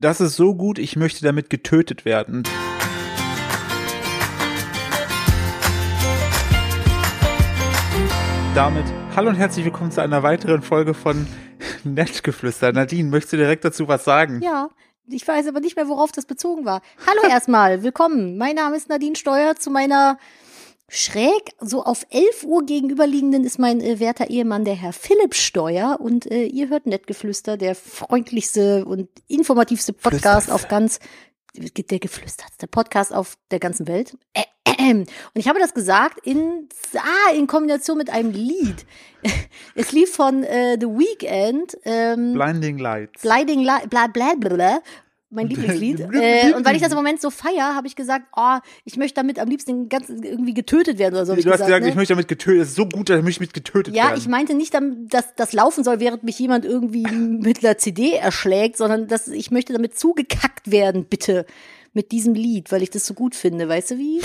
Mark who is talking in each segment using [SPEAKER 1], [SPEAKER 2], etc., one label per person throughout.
[SPEAKER 1] Das ist so gut, ich möchte damit getötet werden. Damit hallo und herzlich willkommen zu einer weiteren Folge von Nettgeflüster. Nadine, möchtest du direkt dazu was sagen?
[SPEAKER 2] Ja, ich weiß aber nicht mehr, worauf das bezogen war. Hallo erstmal, willkommen. Mein Name ist Nadine Steuer. Zu meiner schräg, so auf 11 Uhr gegenüberliegenden ist mein äh, werter Ehemann, der Herr Philipp Steuer. Und äh, ihr hört Nettgeflüster, der freundlichste und informativste Podcast
[SPEAKER 1] Flüsterste.
[SPEAKER 2] auf ganz, der geflüstertste Podcast auf der ganzen Welt. Ä ähm. Und ich habe das gesagt in, ah, in Kombination mit einem Lied. Es lief von äh, The Weeknd. Ähm,
[SPEAKER 1] Blinding Lights.
[SPEAKER 2] Blinding Light, bla bla bla bla. Mein Lieblingslied. äh, und weil ich das im Moment so feier, habe ich gesagt, oh, ich möchte damit am liebsten ganz irgendwie getötet werden oder so.
[SPEAKER 1] du
[SPEAKER 2] hab
[SPEAKER 1] hast gesagt,
[SPEAKER 2] ich gesagt,
[SPEAKER 1] ich
[SPEAKER 2] ne?
[SPEAKER 1] möchte damit getötet, es ist so gut, dass ich mich mit getötet
[SPEAKER 2] Ja,
[SPEAKER 1] werden.
[SPEAKER 2] ich meinte nicht, dam- dass das laufen soll, während mich jemand irgendwie mit einer CD erschlägt, sondern dass ich möchte damit zugekackt werden, bitte. Mit diesem Lied, weil ich das so gut finde. Weißt du wie?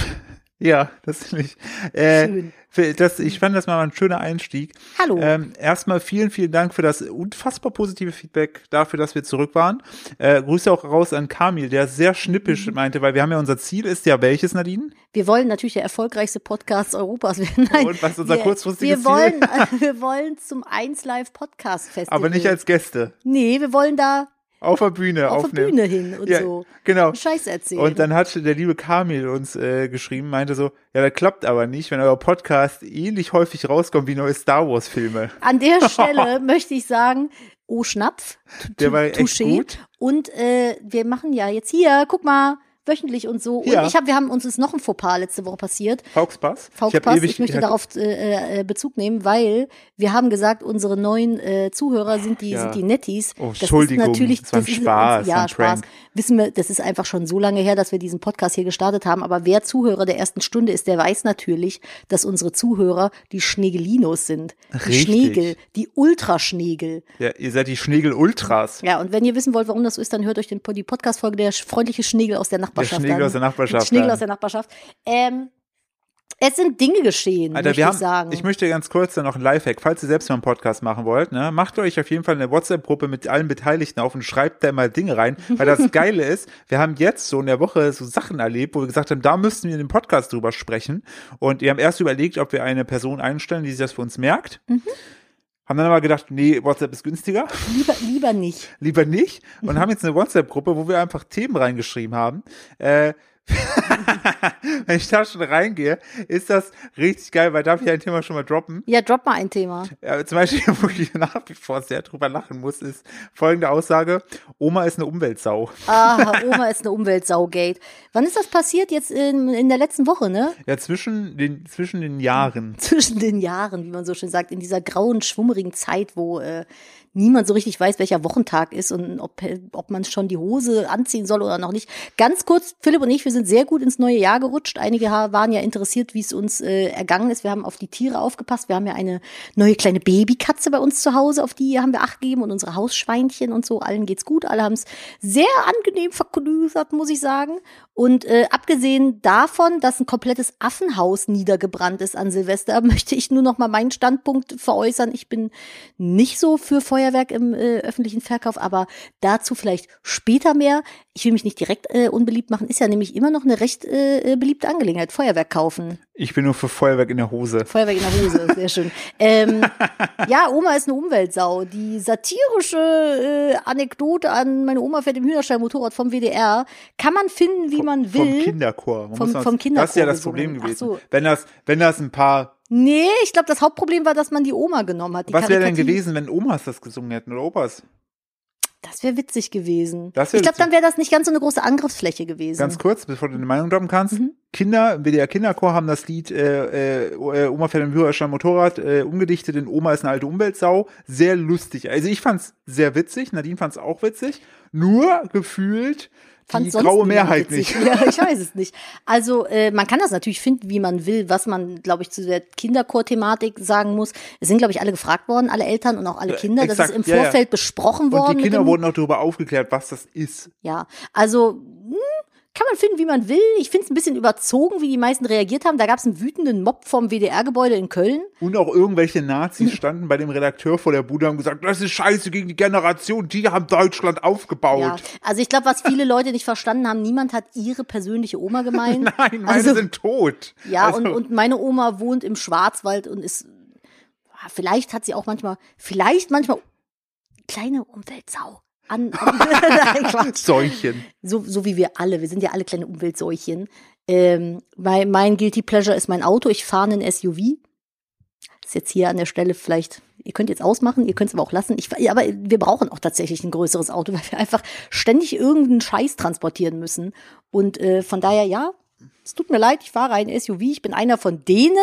[SPEAKER 1] ja, das finde ich. Äh,
[SPEAKER 2] Schön.
[SPEAKER 1] für das, ich fand das mal ein schöner Einstieg.
[SPEAKER 2] Hallo.
[SPEAKER 1] Ähm, erstmal vielen, vielen Dank für das unfassbar positive Feedback dafür, dass wir zurück waren. Äh, Grüße auch raus an Kamil, der sehr schnippisch
[SPEAKER 2] Mhm.
[SPEAKER 1] meinte, weil wir haben ja unser Ziel ist ja welches, Nadine?
[SPEAKER 2] Wir wollen natürlich der erfolgreichste Podcast Europas werden. Nein,
[SPEAKER 1] Und was ist unser
[SPEAKER 2] wir,
[SPEAKER 1] kurzfristiges
[SPEAKER 2] wir
[SPEAKER 1] Ziel?
[SPEAKER 2] wollen, Wir wollen zum 1 Live Podcast Festival.
[SPEAKER 1] Aber nicht als Gäste.
[SPEAKER 2] Nee, wir wollen da
[SPEAKER 1] Auf der Bühne
[SPEAKER 2] auf
[SPEAKER 1] aufnehmen.
[SPEAKER 2] der Bühne hin und
[SPEAKER 1] ja,
[SPEAKER 2] so.
[SPEAKER 1] Genau.
[SPEAKER 2] Scheiß erzählen.
[SPEAKER 1] Und dann hat der liebe Kamil uns äh, geschrieben, meinte so, ja, das klappt aber nicht, wenn euer Podcast ähnlich häufig rauskommt wie neue Star Wars Filme.
[SPEAKER 2] An der Stelle möchte ich sagen, oh Schnapf, tu-
[SPEAKER 1] Der war echt
[SPEAKER 2] touché.
[SPEAKER 1] gut.
[SPEAKER 2] Und äh, wir machen ja jetzt hier, guck mal, wöchentlich und so. Und
[SPEAKER 1] Ja.
[SPEAKER 2] ich hab, wir haben uns ist noch ein Fauxpas letzte Woche passiert.
[SPEAKER 1] Fauxpass.
[SPEAKER 2] Fauxpas, ich, möchte
[SPEAKER 1] ja,
[SPEAKER 2] darauf äh, äh, Bezug nehmen, weil wir haben gesagt, unsere neuen äh, Zuhörer sind die,
[SPEAKER 1] Ja.
[SPEAKER 2] sind die Netties.
[SPEAKER 1] Oh, Entschuldigung,
[SPEAKER 2] das ist natürlich,
[SPEAKER 1] es war ein
[SPEAKER 2] das
[SPEAKER 1] Spaß,
[SPEAKER 2] ist,
[SPEAKER 1] war
[SPEAKER 2] ja,
[SPEAKER 1] ein
[SPEAKER 2] Spaß.
[SPEAKER 1] Prank.
[SPEAKER 2] Wissen wir, das ist einfach schon so lange her, dass wir diesen Podcast hier gestartet haben. Aber wer Zuhörer der ersten Stunde ist, der weiß natürlich, dass unsere Zuhörer die Schnegelinos sind. Die
[SPEAKER 1] Richtig.
[SPEAKER 2] Schnegel, die Ultraschnegel.
[SPEAKER 1] ja, ihr seid die Schnegel Ultras.
[SPEAKER 2] Ja, und wenn ihr wissen wollt, warum das so ist, dann hört euch den, die Podcast-Folge der sch- freundliche Schnegel aus der Nachbarschaft
[SPEAKER 1] Schnegel
[SPEAKER 2] an.
[SPEAKER 1] aus der Nachbarschaft
[SPEAKER 2] Schnegel
[SPEAKER 1] an.
[SPEAKER 2] aus der Nachbarschaft. Ähm, es sind Dinge geschehen,
[SPEAKER 1] Alter,
[SPEAKER 2] möchte
[SPEAKER 1] wir haben,
[SPEAKER 2] ich sagen.
[SPEAKER 1] ich möchte ganz kurz dann noch ein Lifehack, falls ihr selbst mal einen Podcast machen wollt, ne, macht euch auf jeden Fall eine WhatsApp-Gruppe mit allen Beteiligten auf und schreibt da immer Dinge rein, weil das Geile ist, wir haben jetzt so in der Woche so Sachen erlebt, wo wir gesagt haben, da müssten wir in dem Podcast drüber sprechen und wir haben erst überlegt, ob wir eine Person einstellen, die sich das für uns merkt,
[SPEAKER 2] Mhm.
[SPEAKER 1] haben dann aber gedacht, nee, WhatsApp ist günstiger
[SPEAKER 2] lieber, lieber nicht.
[SPEAKER 1] lieber nicht
[SPEAKER 2] Mhm.
[SPEAKER 1] und haben jetzt eine WhatsApp-Gruppe, wo wir einfach Themen reingeschrieben haben. Äh, wenn ich da schon reingehe, ist das richtig geil, weil darf ich ein Thema schon mal droppen.
[SPEAKER 2] Ja, drop mal ein Thema.
[SPEAKER 1] Äh, zum Beispiel, wo ich nach wie vor sehr drüber lachen muss, ist folgende Aussage: Oma ist eine Umweltsau.
[SPEAKER 2] Ah, Oma ist eine Umweltsaugate. Wann ist das passiert? Jetzt in, in der letzten Woche, ne?
[SPEAKER 1] Ja, zwischen den, zwischen den Jahren.
[SPEAKER 2] Zwischen den Jahren, wie man so schön sagt, in dieser grauen, schwummerigen Zeit, wo äh, niemand so richtig weiß, welcher Wochentag ist und ob, äh, ob man schon die Hose anziehen soll oder noch nicht. Ganz kurz, Philipp und ich, wir sind sehr gut ins neue Jahr gerutscht. Einige ha- waren ja interessiert, wie es uns äh, ergangen ist. Wir haben auf die Tiere aufgepasst. Wir haben ja eine neue kleine Babykatze bei uns zu Hause, auf die haben wir Acht gegeben und unsere Hausschweinchen und so. Allen geht's gut. Alle haben es sehr angenehm verknüpft, muss ich sagen. Und äh, abgesehen davon, dass ein komplettes Affenhaus niedergebrannt ist an Silvester, möchte ich nur noch mal meinen Standpunkt veräußern. Ich bin nicht so für Feuerwerk im äh, öffentlichen Verkauf, aber dazu vielleicht später mehr. Ich will mich nicht direkt äh, unbeliebt machen, ist ja nämlich immer noch eine recht äh, äh, beliebte Angelegenheit. Feuerwerk kaufen.
[SPEAKER 1] Ich bin nur für Feuerwerk in der Hose.
[SPEAKER 2] Feuerwerk in der Hose, sehr schön. Ähm, ja, Oma ist eine Umweltsau. Die satirische äh, Anekdote an meine Oma fährt im Hühnerstall-Motorrad vom WDR kann man finden, wie man will.
[SPEAKER 1] Vom Kinderchor. Man
[SPEAKER 2] Vom-
[SPEAKER 1] muss mal-
[SPEAKER 2] vom
[SPEAKER 1] Das ist ja
[SPEAKER 2] Kinderchor
[SPEAKER 1] das
[SPEAKER 2] gesungen.
[SPEAKER 1] Problem
[SPEAKER 2] Ach
[SPEAKER 1] gewesen.
[SPEAKER 2] so.
[SPEAKER 1] Wenn das, wenn das ein paar,
[SPEAKER 2] Nee, ich glaube, das Hauptproblem war, dass man die Oma genommen hat. Die
[SPEAKER 1] was wäre denn
[SPEAKER 2] Karikatur-
[SPEAKER 1] gewesen, wenn Omas das gesungen hätten oder Opas?
[SPEAKER 2] Das wäre witzig gewesen.
[SPEAKER 1] Das wär
[SPEAKER 2] ich glaube,
[SPEAKER 1] witzig.
[SPEAKER 2] dann wäre das nicht ganz so eine große Angriffsfläche gewesen. Mhm.
[SPEAKER 1] Ganz kurz, bevor du deine Meinung droppen kannst. Kinder, im WDR Kinderchor haben das Lied äh, äh, O- äh, Oma fährt im Hörerschein Motorrad äh, umgedichtet in Oma ist eine alte Umweltsau. Sehr lustig. Also ich fand's sehr witzig, Nadine fand's auch witzig. Nur gefühlt
[SPEAKER 2] Fand
[SPEAKER 1] die
[SPEAKER 2] sonst
[SPEAKER 1] graue
[SPEAKER 2] niemand
[SPEAKER 1] Mehrheit
[SPEAKER 2] witzig.
[SPEAKER 1] nicht.
[SPEAKER 2] Ja, ich weiß es nicht. Also äh, man kann das natürlich finden, wie man will, was man, glaube ich, zu der Kinderchor-Thematik sagen muss. Es sind, glaube ich, alle gefragt worden, alle Eltern und auch alle Kinder.
[SPEAKER 1] Äh,
[SPEAKER 2] das
[SPEAKER 1] exakt,
[SPEAKER 2] ist im
[SPEAKER 1] ja, ja.
[SPEAKER 2] Vorfeld besprochen worden.
[SPEAKER 1] Und die
[SPEAKER 2] mit
[SPEAKER 1] Kinder
[SPEAKER 2] dem-
[SPEAKER 1] wurden auch darüber aufgeklärt, was das ist.
[SPEAKER 2] Ja, also hm, Kann man finden, wie man will. Ich finde es ein bisschen überzogen, wie die meisten reagiert haben. Da gab es einen wütenden Mob vom WDR-Gebäude in Köln.
[SPEAKER 1] Und auch irgendwelche Nazis standen bei dem Redakteur vor der Bude und haben gesagt, das ist scheiße gegen die Generation, die haben Deutschland aufgebaut.
[SPEAKER 2] Ja, also ich glaube, was viele Leute nicht verstanden haben, niemand hat ihre persönliche Oma gemeint.
[SPEAKER 1] Nein, meine
[SPEAKER 2] Also-
[SPEAKER 1] sind tot.
[SPEAKER 2] Ja,
[SPEAKER 1] Also-
[SPEAKER 2] und, und meine Oma wohnt im Schwarzwald und ist, ah, vielleicht hat sie auch manchmal, vielleicht manchmal kleine Umweltsau. An, an Nein, Quatsch.
[SPEAKER 1] Seuchen.
[SPEAKER 2] So, so wie wir alle, wir sind ja alle kleine Umweltseuchen. Ähm, mein, mein Guilty Pleasure ist mein Auto, ich fahre einen SUV. Ist jetzt hier an der Stelle vielleicht, ihr könnt jetzt ausmachen, ihr könnt es aber auch lassen. Ich, ja, aber wir brauchen auch tatsächlich ein größeres Auto, weil wir einfach ständig irgendeinen Scheiß transportieren müssen. Und äh, von daher, ja, es tut mir leid, ich fahre ein SUV, ich bin einer von denen.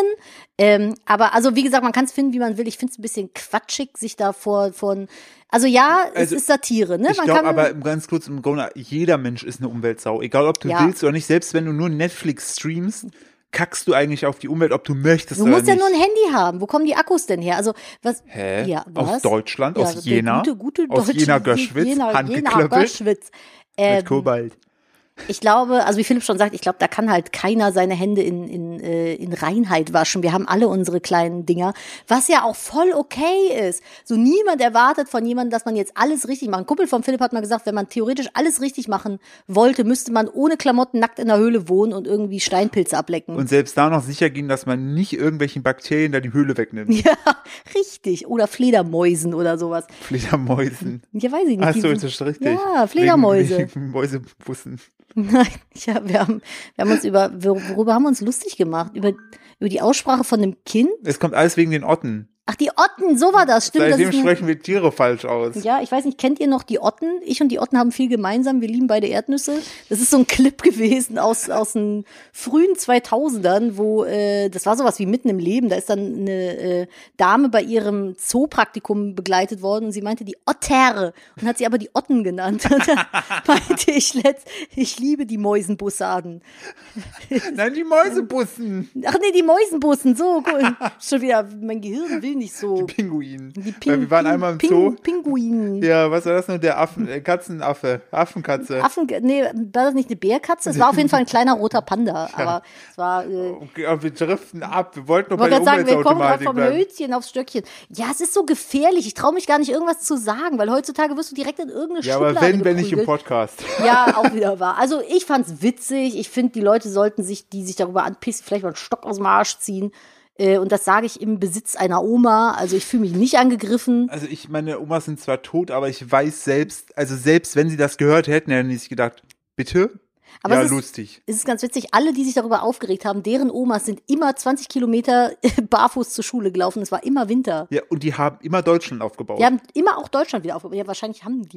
[SPEAKER 2] Ähm, aber also, wie gesagt, man kann es finden, wie man will. Ich finde es ein bisschen quatschig, sich da vor, von, also ja, es
[SPEAKER 1] Also,
[SPEAKER 2] ist Satire, ne?
[SPEAKER 1] Ich
[SPEAKER 2] man
[SPEAKER 1] glaube
[SPEAKER 2] kann,
[SPEAKER 1] aber im ganz kurz im Grunde, jeder Mensch ist eine Umweltsau. Egal ob du
[SPEAKER 2] Ja.
[SPEAKER 1] willst oder nicht, selbst wenn du nur Netflix streamst, kackst du eigentlich auf die Umwelt, ob du möchtest
[SPEAKER 2] Du
[SPEAKER 1] oder
[SPEAKER 2] musst ja
[SPEAKER 1] nicht.
[SPEAKER 2] nur ein Handy haben. Wo kommen die Akkus denn her? Also was?
[SPEAKER 1] Hä?
[SPEAKER 2] Ja, was?
[SPEAKER 1] Aus Deutschland,
[SPEAKER 2] Ja,
[SPEAKER 1] aus
[SPEAKER 2] der
[SPEAKER 1] Jena,
[SPEAKER 2] Gute, gute
[SPEAKER 1] aus
[SPEAKER 2] deutsche-
[SPEAKER 1] Jena Göschwitz,
[SPEAKER 2] Jena, Jena
[SPEAKER 1] handgeklöppelt
[SPEAKER 2] Göschwitz.
[SPEAKER 1] mit
[SPEAKER 2] Ähm,
[SPEAKER 1] Kobalt.
[SPEAKER 2] ich glaube, also wie Philipp schon sagt, ich glaube, da kann halt keiner seine Hände in, in, äh, in Reinheit waschen. Wir haben alle unsere kleinen Dinger, was ja auch voll okay ist. So niemand erwartet von jemandem, dass man jetzt alles richtig macht. Ein Kumpel von Philipp hat mal gesagt, wenn man theoretisch alles richtig machen wollte, müsste man ohne Klamotten nackt in der Höhle wohnen und irgendwie Steinpilze ablecken.
[SPEAKER 1] Und selbst da noch sicher gehen, dass man nicht irgendwelchen Bakterien da die Höhle wegnimmt.
[SPEAKER 2] ja, richtig. Oder Fledermäusen oder sowas.
[SPEAKER 1] Fledermäusen.
[SPEAKER 2] Ja, weiß ich nicht.
[SPEAKER 1] Ach so,
[SPEAKER 2] Die-
[SPEAKER 1] das ist richtig.
[SPEAKER 2] Ja, Fledermäuse.
[SPEAKER 1] Wegen, wegen Mäusebussen.
[SPEAKER 2] Nein, ja, wir haben, wir haben uns über, wor- worüber haben wir uns lustig gemacht? Über, über die Aussprache von einem Kind?
[SPEAKER 1] Es kommt alles wegen den Otten.
[SPEAKER 2] Ach, die Otten, so war das, stimmt.
[SPEAKER 1] Seitdem
[SPEAKER 2] das ist
[SPEAKER 1] sprechen wir Tiere falsch aus.
[SPEAKER 2] ein, ja, ich weiß nicht, kennt ihr noch die Otten? Ich und die Otten haben viel gemeinsam, wir lieben beide Erdnüsse. Das ist so ein Clip gewesen aus, aus den frühen 2000ern, wo, äh, das war sowas wie mitten im Leben, da ist dann eine äh, Dame bei ihrem Zoopraktikum begleitet worden und sie meinte die Otter und hat sie aber die Otten genannt. Und dann meinte ich letzt, ich liebe die Mäusenbussaden.
[SPEAKER 1] Nein, die Mäusebussen.
[SPEAKER 2] Ach nee, die Mäusenbussen, so cool. Schon wieder, mein Gehirn will nicht so.
[SPEAKER 1] Pinguinen.
[SPEAKER 2] Die
[SPEAKER 1] Weil wir waren einmal im
[SPEAKER 2] Ping-
[SPEAKER 1] Zoo.
[SPEAKER 2] Pinguinen.
[SPEAKER 1] Ja, was war das nur? Der Affen, äh, Katzenaffe, Affenkatze.
[SPEAKER 2] Affen, nee, war das nicht eine Bärkatze? Es war auf jeden Fall ein kleiner roter Panda, aber es war, äh,
[SPEAKER 1] Okay, aber wir driften ab. Wir wollten doch
[SPEAKER 2] ich
[SPEAKER 1] bei
[SPEAKER 2] wollte
[SPEAKER 1] der
[SPEAKER 2] gerade sagen, wir kommen gerade
[SPEAKER 1] Umweltautomatik
[SPEAKER 2] vom
[SPEAKER 1] bleiben.
[SPEAKER 2] Hölzchen aufs Stöckchen. Ja, es ist so gefährlich. Ich traue mich gar nicht, irgendwas zu sagen, weil heutzutage wirst du direkt in irgendeine
[SPEAKER 1] Ja,
[SPEAKER 2] Schublade
[SPEAKER 1] aber wenn, wenn nicht
[SPEAKER 2] geprügelt.
[SPEAKER 1] im Podcast.
[SPEAKER 2] Ja, auch wieder wahr. Also ich fand's witzig. Ich finde, die Leute sollten sich, die sich darüber anpissen, vielleicht mal einen Stock aus dem Arsch ziehen. Äh, Und das sage ich im Besitz einer Oma. Also ich fühle mich nicht angegriffen.
[SPEAKER 1] Also ich, meine Omas sind zwar tot, aber ich weiß selbst, also selbst wenn sie das gehört hätten, hätten die sich gedacht, bitte?
[SPEAKER 2] Aber
[SPEAKER 1] ja,
[SPEAKER 2] es ist-
[SPEAKER 1] lustig.
[SPEAKER 2] Es ist ganz witzig, alle, die sich darüber aufgeregt haben, deren Omas sind immer 20 Kilometer barfuß zur Schule gelaufen. Es war immer Winter.
[SPEAKER 1] Ja, und die haben immer Deutschland aufgebaut.
[SPEAKER 2] Die haben immer auch Deutschland wieder aufgebaut. Ja, wahrscheinlich haben die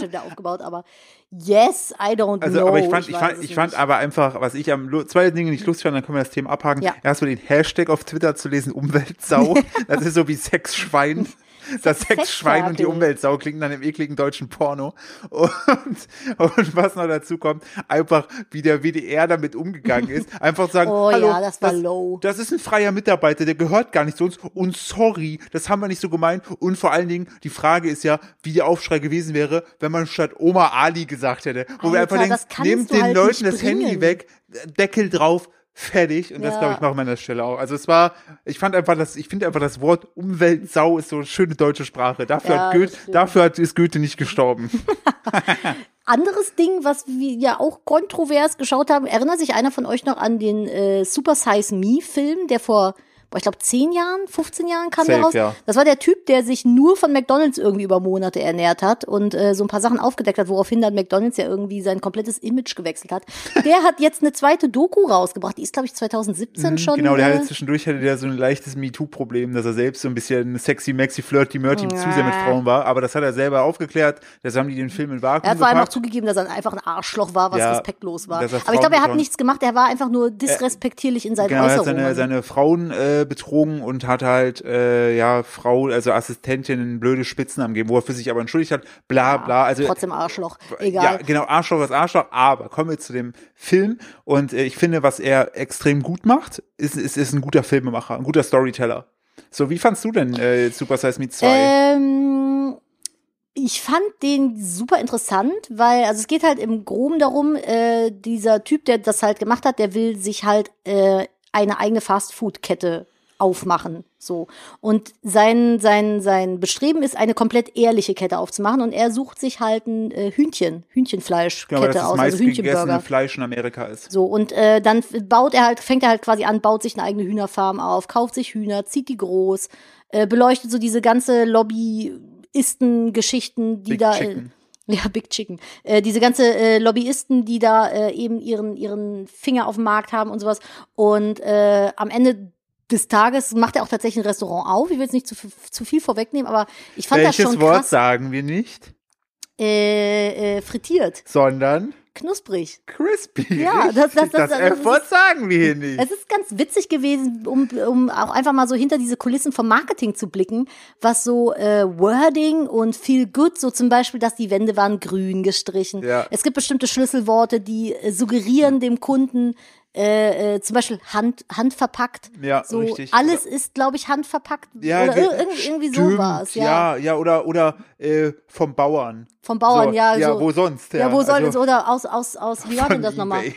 [SPEAKER 2] wieder aufgebaut, aber yes, I don't
[SPEAKER 1] also,
[SPEAKER 2] know.
[SPEAKER 1] aber ich fand, ich,
[SPEAKER 2] weiß
[SPEAKER 1] fand,
[SPEAKER 2] es
[SPEAKER 1] ich fand
[SPEAKER 2] nicht.
[SPEAKER 1] aber einfach, was ich am, lu- zwei Dinge nicht lustig fand, dann können wir das Thema abhaken.
[SPEAKER 2] Ja.
[SPEAKER 1] Erstmal den Hashtag auf Twitter zu lesen, Umweltsau. das ist so wie Sexschwein. Das Sexschwein und die
[SPEAKER 2] Sexferkel.
[SPEAKER 1] Umweltsau klingen dann im ekligen deutschen Porno. Und, und was noch dazu kommt, einfach wie der WDR damit umgegangen ist. Einfach sagen,
[SPEAKER 2] Oh
[SPEAKER 1] hallo,
[SPEAKER 2] ja, das war low.
[SPEAKER 1] Das ist ein freier Mitarbeiter, der gehört gar nicht zu uns. Und sorry, das haben wir nicht so gemeint. Und vor allen Dingen, die Frage ist ja, wie der Aufschrei gewesen wäre, wenn man statt Oma Ali gesagt hätte. Wo wir
[SPEAKER 2] Alter,
[SPEAKER 1] einfach denken,
[SPEAKER 2] das kannst
[SPEAKER 1] nehmt
[SPEAKER 2] du
[SPEAKER 1] den
[SPEAKER 2] halt
[SPEAKER 1] Leuten
[SPEAKER 2] nicht
[SPEAKER 1] das
[SPEAKER 2] bringen.
[SPEAKER 1] Handy weg, Deckel drauf, fertig. Und das,
[SPEAKER 2] Ja.
[SPEAKER 1] glaube ich, machen wir an der Stelle auch. Also es war, ich fand einfach das, ich finde einfach das Wort Umweltsau ist so eine schöne deutsche Sprache. Dafür
[SPEAKER 2] Ja,
[SPEAKER 1] hat
[SPEAKER 2] das
[SPEAKER 1] Goethe,
[SPEAKER 2] stimmt.
[SPEAKER 1] dafür hat, ist Goethe nicht gestorben.
[SPEAKER 2] Anderes Ding, was wir ja auch kontrovers geschaut haben, erinnert sich einer von euch noch an den äh, Super Size Me Film, der vor, boah, ich glaube, 10 Jahren, 15 Jahren kam der
[SPEAKER 1] Safe,
[SPEAKER 2] raus.
[SPEAKER 1] ja.
[SPEAKER 2] Das war der Typ, der sich nur von McDonalds irgendwie über Monate ernährt hat und äh, so ein paar Sachen aufgedeckt hat, woraufhin dann McDonalds ja irgendwie sein komplettes Image gewechselt hat. Der hat jetzt eine zweite Doku rausgebracht, die ist, glaube ich, 2017 schon.
[SPEAKER 1] genau, der
[SPEAKER 2] äh,
[SPEAKER 1] hatte zwischendurch hatte der so ein leichtes MeToo-Problem, dass er selbst so ein bisschen sexy, maxi, flirty, murty zu sehr mit Frauen war. Aber das hat er selber aufgeklärt. Deshalb haben die den Film in Vakuum
[SPEAKER 2] Er hat vor allem auch
[SPEAKER 1] gepackt.
[SPEAKER 2] zugegeben, dass er einfach ein Arschloch war, was
[SPEAKER 1] Ja,
[SPEAKER 2] respektlos war.
[SPEAKER 1] dass er
[SPEAKER 2] Aber ich glaube, er
[SPEAKER 1] Frauen
[SPEAKER 2] hat nichts gemacht, er war einfach nur disrespektierlich in seinen
[SPEAKER 1] Genau, er hat
[SPEAKER 2] Äußerungen.
[SPEAKER 1] seine, seine Frauen äh, betrogen und hat halt, äh, ja, Frau, also Assistentinnen blöde Spitznamen gegeben, wo er für sich aber entschuldigt hat, bla, bla. Also,
[SPEAKER 2] Trotzdem Arschloch,
[SPEAKER 1] Ja,
[SPEAKER 2] egal.
[SPEAKER 1] genau, Arschloch ist Arschloch, aber kommen wir zu dem Film und äh, ich finde, was er extrem gut macht, ist, ist, ist ein guter Filmemacher, ein
[SPEAKER 2] Äh,
[SPEAKER 1] guter Storyteller. So, wie fandst du denn äh, Super Size Me 2?
[SPEAKER 2] Ähm, Ich fand den super interessant, weil, also es geht halt im Groben darum, äh, dieser Typ, der das halt gemacht hat, der will sich halt äh, eine eigene Fast-Food-Kette aufmachen. So. Und sein, sein, sein Bestreben ist, eine komplett ehrliche Kette aufzumachen. Und er sucht sich halt ein äh, Hühnchen,
[SPEAKER 1] glaube, dass
[SPEAKER 2] Hühnchenfleischkette
[SPEAKER 1] Genau, das
[SPEAKER 2] aus, also
[SPEAKER 1] meistgegessene
[SPEAKER 2] Hühnchenburger.
[SPEAKER 1] Fleisch in Amerika ist.
[SPEAKER 2] So, und äh, dann f- baut er halt, fängt er halt quasi an, baut sich eine eigene Hühnerfarm auf, kauft sich Hühner, zieht die groß, äh, beleuchtet so diese ganze Lobbyisten-Geschichten, die
[SPEAKER 1] Big
[SPEAKER 2] da. äh,
[SPEAKER 1] Chicken.
[SPEAKER 2] Ja, Big Chicken. Äh, diese ganze äh, Lobbyisten, die da äh, eben ihren, ihren Finger auf dem Markt haben und sowas. Und äh, am Ende des Tages macht er auch tatsächlich ein Restaurant auf. Ich will jetzt nicht zu, f- zu viel vorwegnehmen, aber ich fand das
[SPEAKER 1] Welches
[SPEAKER 2] schon
[SPEAKER 1] Wort
[SPEAKER 2] krass.
[SPEAKER 1] sagen wir nicht,
[SPEAKER 2] Äh, äh, frittiert,
[SPEAKER 1] sondern
[SPEAKER 2] knusprig.
[SPEAKER 1] crispy.
[SPEAKER 2] Ja, das- das- das-
[SPEAKER 1] das,
[SPEAKER 2] das- das
[SPEAKER 1] F-Wort sagen wir hier
[SPEAKER 2] Es
[SPEAKER 1] nicht.
[SPEAKER 2] ist ganz witzig gewesen, um, um auch einfach mal so hinter diese Kulissen vom Marketing zu blicken, was so äh, Wording und Feel Good, so zum Beispiel, dass die Wände waren grün gestrichen.
[SPEAKER 1] Ja.
[SPEAKER 2] Es gibt bestimmte Schlüsselworte, die äh, suggerieren dem Kunden, äh, äh, zum Beispiel Hand, handverpackt.
[SPEAKER 1] Ja,
[SPEAKER 2] so,
[SPEAKER 1] richtig.
[SPEAKER 2] Alles ist, glaube ich, handverpackt.
[SPEAKER 1] Ja,
[SPEAKER 2] oder
[SPEAKER 1] ge-
[SPEAKER 2] ir irgendwie, irgendwie so
[SPEAKER 1] stimmt,
[SPEAKER 2] war es. Ja.
[SPEAKER 1] Ja, ja, oder, oder äh, vom Bauern.
[SPEAKER 2] Vom Bauern,
[SPEAKER 1] so,
[SPEAKER 2] Oh, ja.
[SPEAKER 1] Ja,
[SPEAKER 2] so.
[SPEAKER 1] wo sonst?
[SPEAKER 2] Ja, wo soll
[SPEAKER 1] also,
[SPEAKER 2] es oder aus aus aus wie war denn
[SPEAKER 1] von
[SPEAKER 2] das nochmal?
[SPEAKER 1] eBay.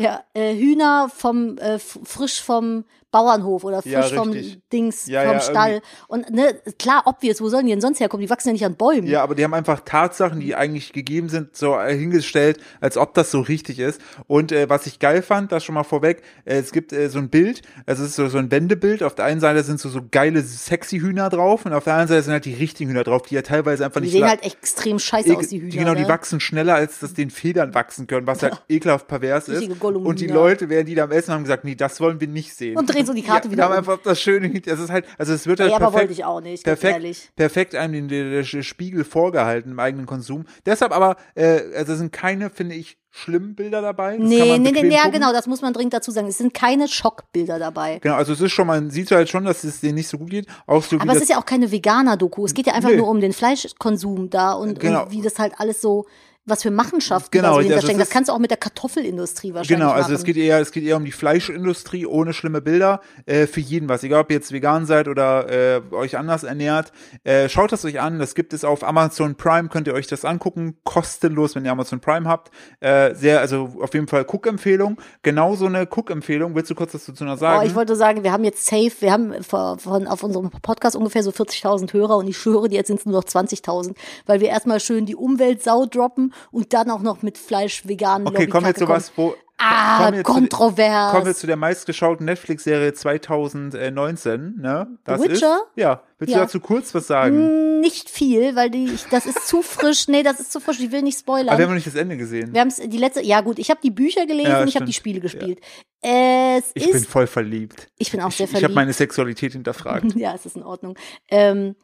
[SPEAKER 2] ja, äh, Hühner vom äh, f- frisch vom Bauernhof oder frisch
[SPEAKER 1] Ja,
[SPEAKER 2] vom
[SPEAKER 1] richtig.
[SPEAKER 2] Dings
[SPEAKER 1] Ja,
[SPEAKER 2] vom
[SPEAKER 1] ja,
[SPEAKER 2] Stall und ne, klar, obvious, wo sollen die denn sonst herkommen? Die wachsen ja nicht an Bäumen.
[SPEAKER 1] Ja, aber die haben einfach Tatsachen, die eigentlich gegeben sind, so äh, hingestellt, als ob das so richtig ist. Und äh, was ich geil fand, das schon mal vorweg, äh, es gibt äh, so ein Bild, also es ist so, so ein Wendebild. Auf der einen Seite sind so, so geile, sexy Hühner drauf und auf der anderen Seite sind halt die richtigen Hühner drauf, die ja teilweise einfach
[SPEAKER 2] die
[SPEAKER 1] nicht
[SPEAKER 2] sehen
[SPEAKER 1] la-
[SPEAKER 2] halt extrem scheiße
[SPEAKER 1] Ekel-
[SPEAKER 2] aus die Hühner.
[SPEAKER 1] Genau, die
[SPEAKER 2] ne? Genau.
[SPEAKER 1] wachsen schneller, als dass den Federn wachsen können, was halt ekelhaft pervers ist.
[SPEAKER 2] Richtige Gollum-Hühner.
[SPEAKER 1] Und die Leute, während die da am Essen haben gesagt, nee, das wollen wir nicht sehen.
[SPEAKER 2] Und drehen so die Karte
[SPEAKER 1] ja,
[SPEAKER 2] wieder
[SPEAKER 1] Wir haben
[SPEAKER 2] um.
[SPEAKER 1] einfach das Schöne, das ist halt, also es wird halt
[SPEAKER 2] Ey, aber
[SPEAKER 1] perfekt,
[SPEAKER 2] wollte ich auch nicht, ganz
[SPEAKER 1] perfekt,
[SPEAKER 2] ehrlich.
[SPEAKER 1] perfekt einem den, der, der Spiegel vorgehalten im eigenen Konsum. Deshalb aber, äh, also es sind keine, finde ich, schlimmen Bilder dabei. Das kann
[SPEAKER 2] Nee,
[SPEAKER 1] man
[SPEAKER 2] nee, nee,
[SPEAKER 1] bequem
[SPEAKER 2] nee, ja,
[SPEAKER 1] gucken.
[SPEAKER 2] genau, das muss man dringend dazu sagen. Es sind keine Schockbilder dabei.
[SPEAKER 1] Genau, also es ist schon, man sieht halt schon, dass es denen nicht so gut geht. Auch so wie
[SPEAKER 2] Aber
[SPEAKER 1] das
[SPEAKER 2] es ist ja auch keine Veganer-Doku. Es geht ja einfach
[SPEAKER 1] Nö.
[SPEAKER 2] nur um den Fleischkonsum da und,
[SPEAKER 1] Genau.
[SPEAKER 2] und wie das halt alles so, was für Machenschaften
[SPEAKER 1] Genau,
[SPEAKER 2] da so
[SPEAKER 1] also es
[SPEAKER 2] hinterstecken. Das
[SPEAKER 1] ist-
[SPEAKER 2] kannst du auch mit der Kartoffelindustrie wahrscheinlich
[SPEAKER 1] Genau, also
[SPEAKER 2] machen.
[SPEAKER 1] es geht eher, es geht eher um die Fleischindustrie ohne schlimme Bilder. Äh, für jeden was, egal ob ihr jetzt vegan seid oder äh, euch anders ernährt. Äh, schaut das euch an, das gibt es auf Amazon Prime, könnt ihr euch das angucken, kostenlos, wenn ihr Amazon Prime habt. Äh, sehr, also auf jeden Fall Cook-Empfehlung. Genau so eine Cook-Empfehlung. Willst du kurz was dazu noch
[SPEAKER 2] Oh,
[SPEAKER 1] sagen?
[SPEAKER 2] ich wollte sagen, wir haben jetzt safe, wir haben von, von auf unserem Podcast ungefähr so 40.000 Hörer und ich schwöre, dir, jetzt sind es nur noch 20.000, weil wir erstmal schön die Umweltsau droppen und dann auch noch mit Fleisch veganen
[SPEAKER 1] okay, kommen wir
[SPEAKER 2] Lobbykacke
[SPEAKER 1] zu was, wo
[SPEAKER 2] Ah,
[SPEAKER 1] kommen wir zu-
[SPEAKER 2] kontrovers.
[SPEAKER 1] Kommen wir zu der meistgeschauten Netflix-Serie 2019, ne? Das
[SPEAKER 2] The Witcher?
[SPEAKER 1] Ist, ja. Willst
[SPEAKER 2] Ja. Mm,
[SPEAKER 1] du dazu kurz was sagen?
[SPEAKER 2] kommen. Nicht viel, weil die, ich, das ist zu frisch. Nee, das ist zu frisch. Ich will nicht spoilern.
[SPEAKER 1] Aber wir haben noch nicht das Ende gesehen.
[SPEAKER 2] wir haben die letzte, ja gut, ich habe die Bücher gelesen,
[SPEAKER 1] Ja,
[SPEAKER 2] ich habe die
[SPEAKER 1] stimmt.
[SPEAKER 2] Spiele
[SPEAKER 1] Ja.
[SPEAKER 2] gespielt. Es
[SPEAKER 1] Ich
[SPEAKER 2] ist,
[SPEAKER 1] bin voll verliebt.
[SPEAKER 2] ich bin auch
[SPEAKER 1] Ich,
[SPEAKER 2] sehr
[SPEAKER 1] ich
[SPEAKER 2] verliebt.
[SPEAKER 1] habe meine Sexualität hinterfragt.
[SPEAKER 2] Ja, es ist in Ordnung. Ähm,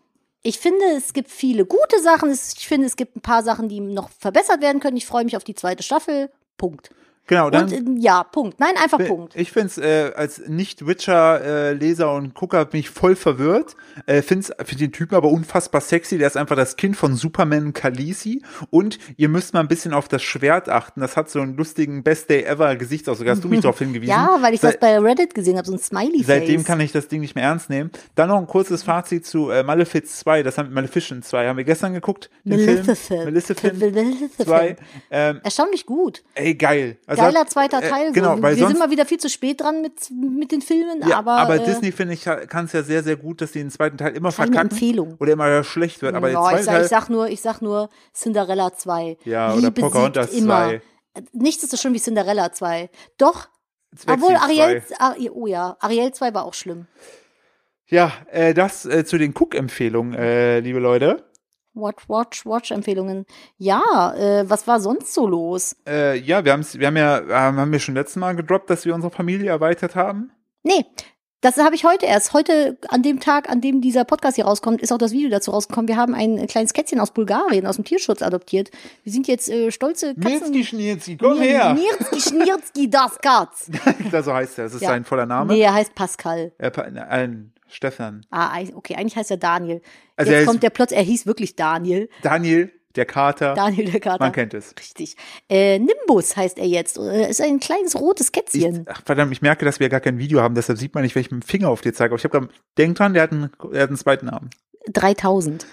[SPEAKER 2] ich finde, es gibt viele gute Sachen. Es- Ich finde, es gibt ein paar Sachen, die noch verbessert werden können. Ich freue mich auf die zweite Staffel. Punkt.
[SPEAKER 1] Genau, dann.
[SPEAKER 2] Und ähm, ja, Punkt. Nein, einfach Punkt.
[SPEAKER 1] ich find's äh, als Nicht-Witcher-Leser und Gucker bin ich voll verwirrt. Äh, find's für den Typen aber unfassbar sexy. Der ist einfach das Kind von Superman Khaleesi. Und ihr müsst mal ein bisschen auf das Schwert achten. Das hat so einen lustigen Best Day Ever Gesichtsausdruck. Hast du mich darauf hingewiesen?
[SPEAKER 2] Mhm. Ja, weil ich
[SPEAKER 1] Sei-
[SPEAKER 2] das bei Reddit gesehen habe, so ein Smiley-Face.
[SPEAKER 1] Seitdem kann ich das Ding nicht mehr ernst nehmen. Dann noch ein kurzes Fazit zu äh, Malefiz 2, das haben Maleficent 2, haben wir gestern geguckt. Den Film.
[SPEAKER 2] Maleficent.
[SPEAKER 1] Maleficent
[SPEAKER 2] Maleficent.
[SPEAKER 1] 2. Ähm,
[SPEAKER 2] Erstaunlich gut.
[SPEAKER 1] ey, geil. Also,
[SPEAKER 2] Geiler zweiter Teil.
[SPEAKER 1] Äh, genau,
[SPEAKER 2] so.
[SPEAKER 1] weil
[SPEAKER 2] Wir
[SPEAKER 1] sonst,
[SPEAKER 2] sind mal wieder viel zu spät dran mit, mit den Filmen,
[SPEAKER 1] Ja,
[SPEAKER 2] aber,
[SPEAKER 1] aber,
[SPEAKER 2] äh,
[SPEAKER 1] Disney, finde ich, kann es ja sehr, sehr gut, dass die den zweiten Teil immer
[SPEAKER 2] Keine
[SPEAKER 1] verkacken.
[SPEAKER 2] Empfehlung.
[SPEAKER 1] Oder immer schlecht wird. Aber
[SPEAKER 2] ja,
[SPEAKER 1] der zweite
[SPEAKER 2] ich, sag, ich
[SPEAKER 1] Teil,
[SPEAKER 2] sag nur, ich sag nur Cinderella 2.
[SPEAKER 1] Ja, oder
[SPEAKER 2] Liebe
[SPEAKER 1] Pocahontas
[SPEAKER 2] siegt immer.
[SPEAKER 1] 2.
[SPEAKER 2] Nichts ist so schön wie Cinderella 2. Doch,
[SPEAKER 1] Zwecks
[SPEAKER 2] obwohl
[SPEAKER 1] die zwei.
[SPEAKER 2] Ariel, Ar- oh ja, Ariel 2 war auch schlimm.
[SPEAKER 1] Ja, äh, das äh, zu den Cook-Empfehlungen, äh, liebe Leute.
[SPEAKER 2] Watch, Watch, Watch-Empfehlungen. Ja, äh, was war sonst so los?
[SPEAKER 1] Äh, ja, wir, haben's, wir haben ja, ähm, haben wir schon letztes Mal gedroppt, dass wir unsere Familie erweitert haben.
[SPEAKER 2] Nee, das habe ich heute erst. Heute, an dem Tag, an dem dieser Podcast hier rauskommt, ist auch das Video dazu rausgekommen. Wir haben ein kleines Kätzchen aus Bulgarien, aus dem Tierschutz adoptiert. Wir sind jetzt äh, stolze Katzen.
[SPEAKER 1] Mirski Schnirzi, komm her!
[SPEAKER 2] Nirski, Schnirski, das Katz.
[SPEAKER 1] Da so heißt er, das ist
[SPEAKER 2] Ja.
[SPEAKER 1] sein voller Name.
[SPEAKER 2] Nee, er heißt Pascal.
[SPEAKER 1] Äh, pa- nein, Stefan.
[SPEAKER 2] Ah, eig- okay, eigentlich heißt er Daniel.
[SPEAKER 1] Also er
[SPEAKER 2] Jetzt
[SPEAKER 1] ist-
[SPEAKER 2] kommt der Plot, er hieß wirklich Daniel.
[SPEAKER 1] Daniel, der Kater.
[SPEAKER 2] Daniel der Kater.
[SPEAKER 1] Man kennt es.
[SPEAKER 2] Richtig. Äh, Nimbus heißt er jetzt. Äh, Ist ein kleines rotes
[SPEAKER 1] Ich,
[SPEAKER 2] Kätzchen.
[SPEAKER 1] ach, verdammt, ich merke, dass wir gar kein Video haben, deshalb sieht man nicht, wenn ich mit dem Finger auf dir zeige. Aber ich habe gerade, denk dran, der hat, einen, der hat einen zweiten Namen.
[SPEAKER 2] 3000.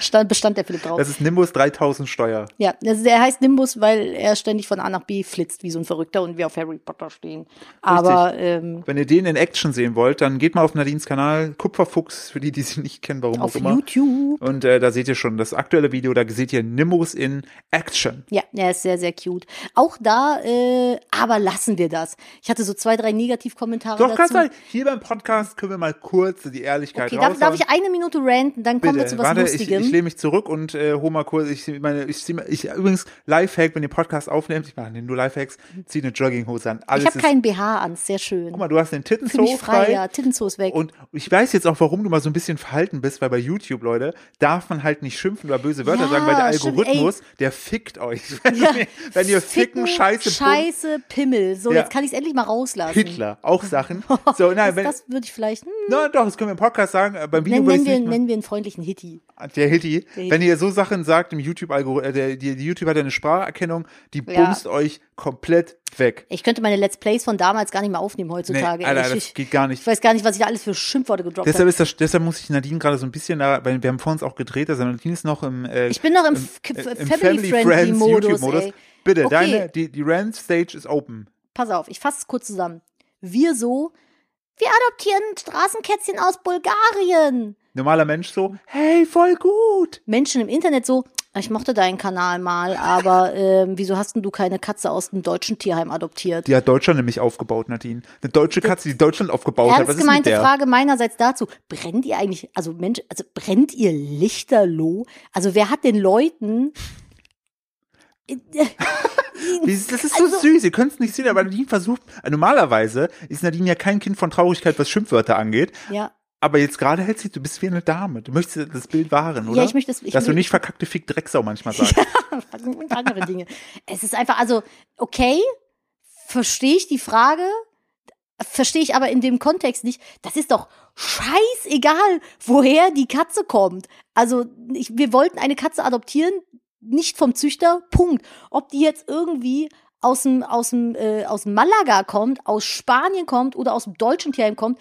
[SPEAKER 2] Stand, bestand der Philipp drauf.
[SPEAKER 1] Das ist Nimbus 3000 Steuer.
[SPEAKER 2] Ja, also der heißt Nimbus, weil er ständig von A nach B flitzt wie so ein Verrückter und wir auf Harry Potter stehen. Aber ähm,
[SPEAKER 1] Wenn ihr den in Action sehen wollt, dann geht mal auf Nadines Kanal, Kupferfuchs, für die, die sie nicht kennen, warum
[SPEAKER 2] auf
[SPEAKER 1] auch immer.
[SPEAKER 2] YouTube.
[SPEAKER 1] Und äh, da seht ihr schon das aktuelle Video, da seht ihr Nimbus in Action.
[SPEAKER 2] Ja, er ist sehr, sehr cute. Auch da, äh, aber lassen wir das. Ich hatte so zwei, drei Negativkommentare
[SPEAKER 1] Doch, ganz
[SPEAKER 2] dazu.
[SPEAKER 1] ehrlich, hier beim Podcast können wir mal kurz die Ehrlichkeit
[SPEAKER 2] okay, darf, darf
[SPEAKER 1] raushauen.
[SPEAKER 2] ich eine Minute ranten, dann kommen wir zu was
[SPEAKER 1] Warte, ich,
[SPEAKER 2] Lustigem.
[SPEAKER 1] ich lehne mich zurück und äh, hol mal kurz. Ich meine, ich, zieh mal- ich übrigens Lifehack, wenn ihr Podcast aufnehmt, ich mache nur Lifehacks, zieh eine Jogginghose an. Alles
[SPEAKER 2] Mhm. ich habe
[SPEAKER 1] ist,
[SPEAKER 2] keinen BH an, ist sehr schön.
[SPEAKER 1] guck mal, du hast den Titten
[SPEAKER 2] Fühl
[SPEAKER 1] so
[SPEAKER 2] mich frei, ja.
[SPEAKER 1] frei.
[SPEAKER 2] Tittenzoo ist weg.
[SPEAKER 1] Und ich weiß jetzt auch, warum du mal so ein bisschen verhalten bist, weil bei YouTube, Leute, darf man halt nicht schimpfen oder böse Wörter
[SPEAKER 2] Ja,
[SPEAKER 1] sagen, weil der
[SPEAKER 2] stimmt,
[SPEAKER 1] Algorithmus, der fickt euch. Wenn, ihr, wenn ihr ficken, scheiße, Scheiße
[SPEAKER 2] Scheiße, Pimmel. So,
[SPEAKER 1] Ja.
[SPEAKER 2] jetzt kann ich es endlich mal rauslassen.
[SPEAKER 1] Hitler, auch Sachen. So, nein,
[SPEAKER 2] das,
[SPEAKER 1] wenn,
[SPEAKER 2] das würde ich vielleicht. Hm,
[SPEAKER 1] na, doch, das können wir im Podcast sagen. äh, Beim Video
[SPEAKER 2] nennen,
[SPEAKER 1] würde ich es
[SPEAKER 2] nennen, wir,
[SPEAKER 1] nicht machen.
[SPEAKER 2] nennen wir einen freundlichen Hitty.
[SPEAKER 1] Der Hitty,
[SPEAKER 2] Hitty.
[SPEAKER 1] wenn ihr so Sachen sagt im YouTube-Algorithmus, der, die- die YouTube hat ja eine Spracherkennung, die
[SPEAKER 2] Ja.
[SPEAKER 1] bumst euch komplett weg.
[SPEAKER 2] Ich könnte meine Let's Plays von damals gar nicht mehr aufnehmen
[SPEAKER 1] Nee,
[SPEAKER 2] heutzutage.
[SPEAKER 1] Alter,
[SPEAKER 2] ich,
[SPEAKER 1] das
[SPEAKER 2] ich,
[SPEAKER 1] geht gar
[SPEAKER 2] ich
[SPEAKER 1] nicht.
[SPEAKER 2] weiß gar nicht, was ich da alles für Schimpfworte gedroppt habe.
[SPEAKER 1] Deshalb, ist das, deshalb muss ich Nadine gerade so ein bisschen, da, weil wir haben vor uns auch gedreht, also Nadine ist noch im, äh,
[SPEAKER 2] Ich bin noch im, F-
[SPEAKER 1] äh,
[SPEAKER 2] F-
[SPEAKER 1] im
[SPEAKER 2] Family-Friendly-Modus. ey.
[SPEAKER 1] Bitte,
[SPEAKER 2] eh. Okay.
[SPEAKER 1] deine, die, die Rant-Stage ist open.
[SPEAKER 2] Pass auf, ich fasse es kurz zusammen. Wir so, wir adoptieren Straßenkätzchen aus Bulgarien.
[SPEAKER 1] Normaler Mensch so, hey, voll gut.
[SPEAKER 2] Menschen im Internet so, "Ah, ich mochte deinen Kanal mal, aber ähm, wieso hast denn du keine Katze aus dem deutschen Tierheim adoptiert?
[SPEAKER 1] Die hat Deutschland nämlich aufgebaut, Nadine. Eine deutsche Katze, die Deutschland aufgebaut hat. Was
[SPEAKER 2] Ernst
[SPEAKER 1] ist mit
[SPEAKER 2] gemeinte
[SPEAKER 1] der?
[SPEAKER 2] Frage meinerseits dazu. Brennt ihr eigentlich, also Mensch, also brennt ihr Lichterloh? Also wer hat den Leuten äh,
[SPEAKER 1] Wie- Das ist so
[SPEAKER 2] Also-
[SPEAKER 1] süß, ihr könnt es nicht sehen, aber Nadine versucht, normalerweise ist Nadine ja kein Kind von Traurigkeit, was Schimpfwörter angeht,
[SPEAKER 2] Ja,
[SPEAKER 1] aber jetzt gerade hält sie, du bist wie eine Dame, du möchtest das Bild wahren, oder?
[SPEAKER 2] ich möchte das- ich
[SPEAKER 1] Dass du
[SPEAKER 2] mö-
[SPEAKER 1] nicht verkackte Fick Drecksau manchmal sagst.
[SPEAKER 2] Also, und andere Dinge. Es ist einfach, also, okay, verstehe ich die Frage, verstehe ich aber in dem Kontext nicht. Das ist doch scheißegal, woher die Katze kommt. Also, ich, wir wollten eine Katze adoptieren, nicht vom Züchter, Punkt. Ob die jetzt irgendwie aus dem, aus dem, äh, aus Malaga kommt, aus Spanien kommt oder aus dem deutschen Tierheim kommt,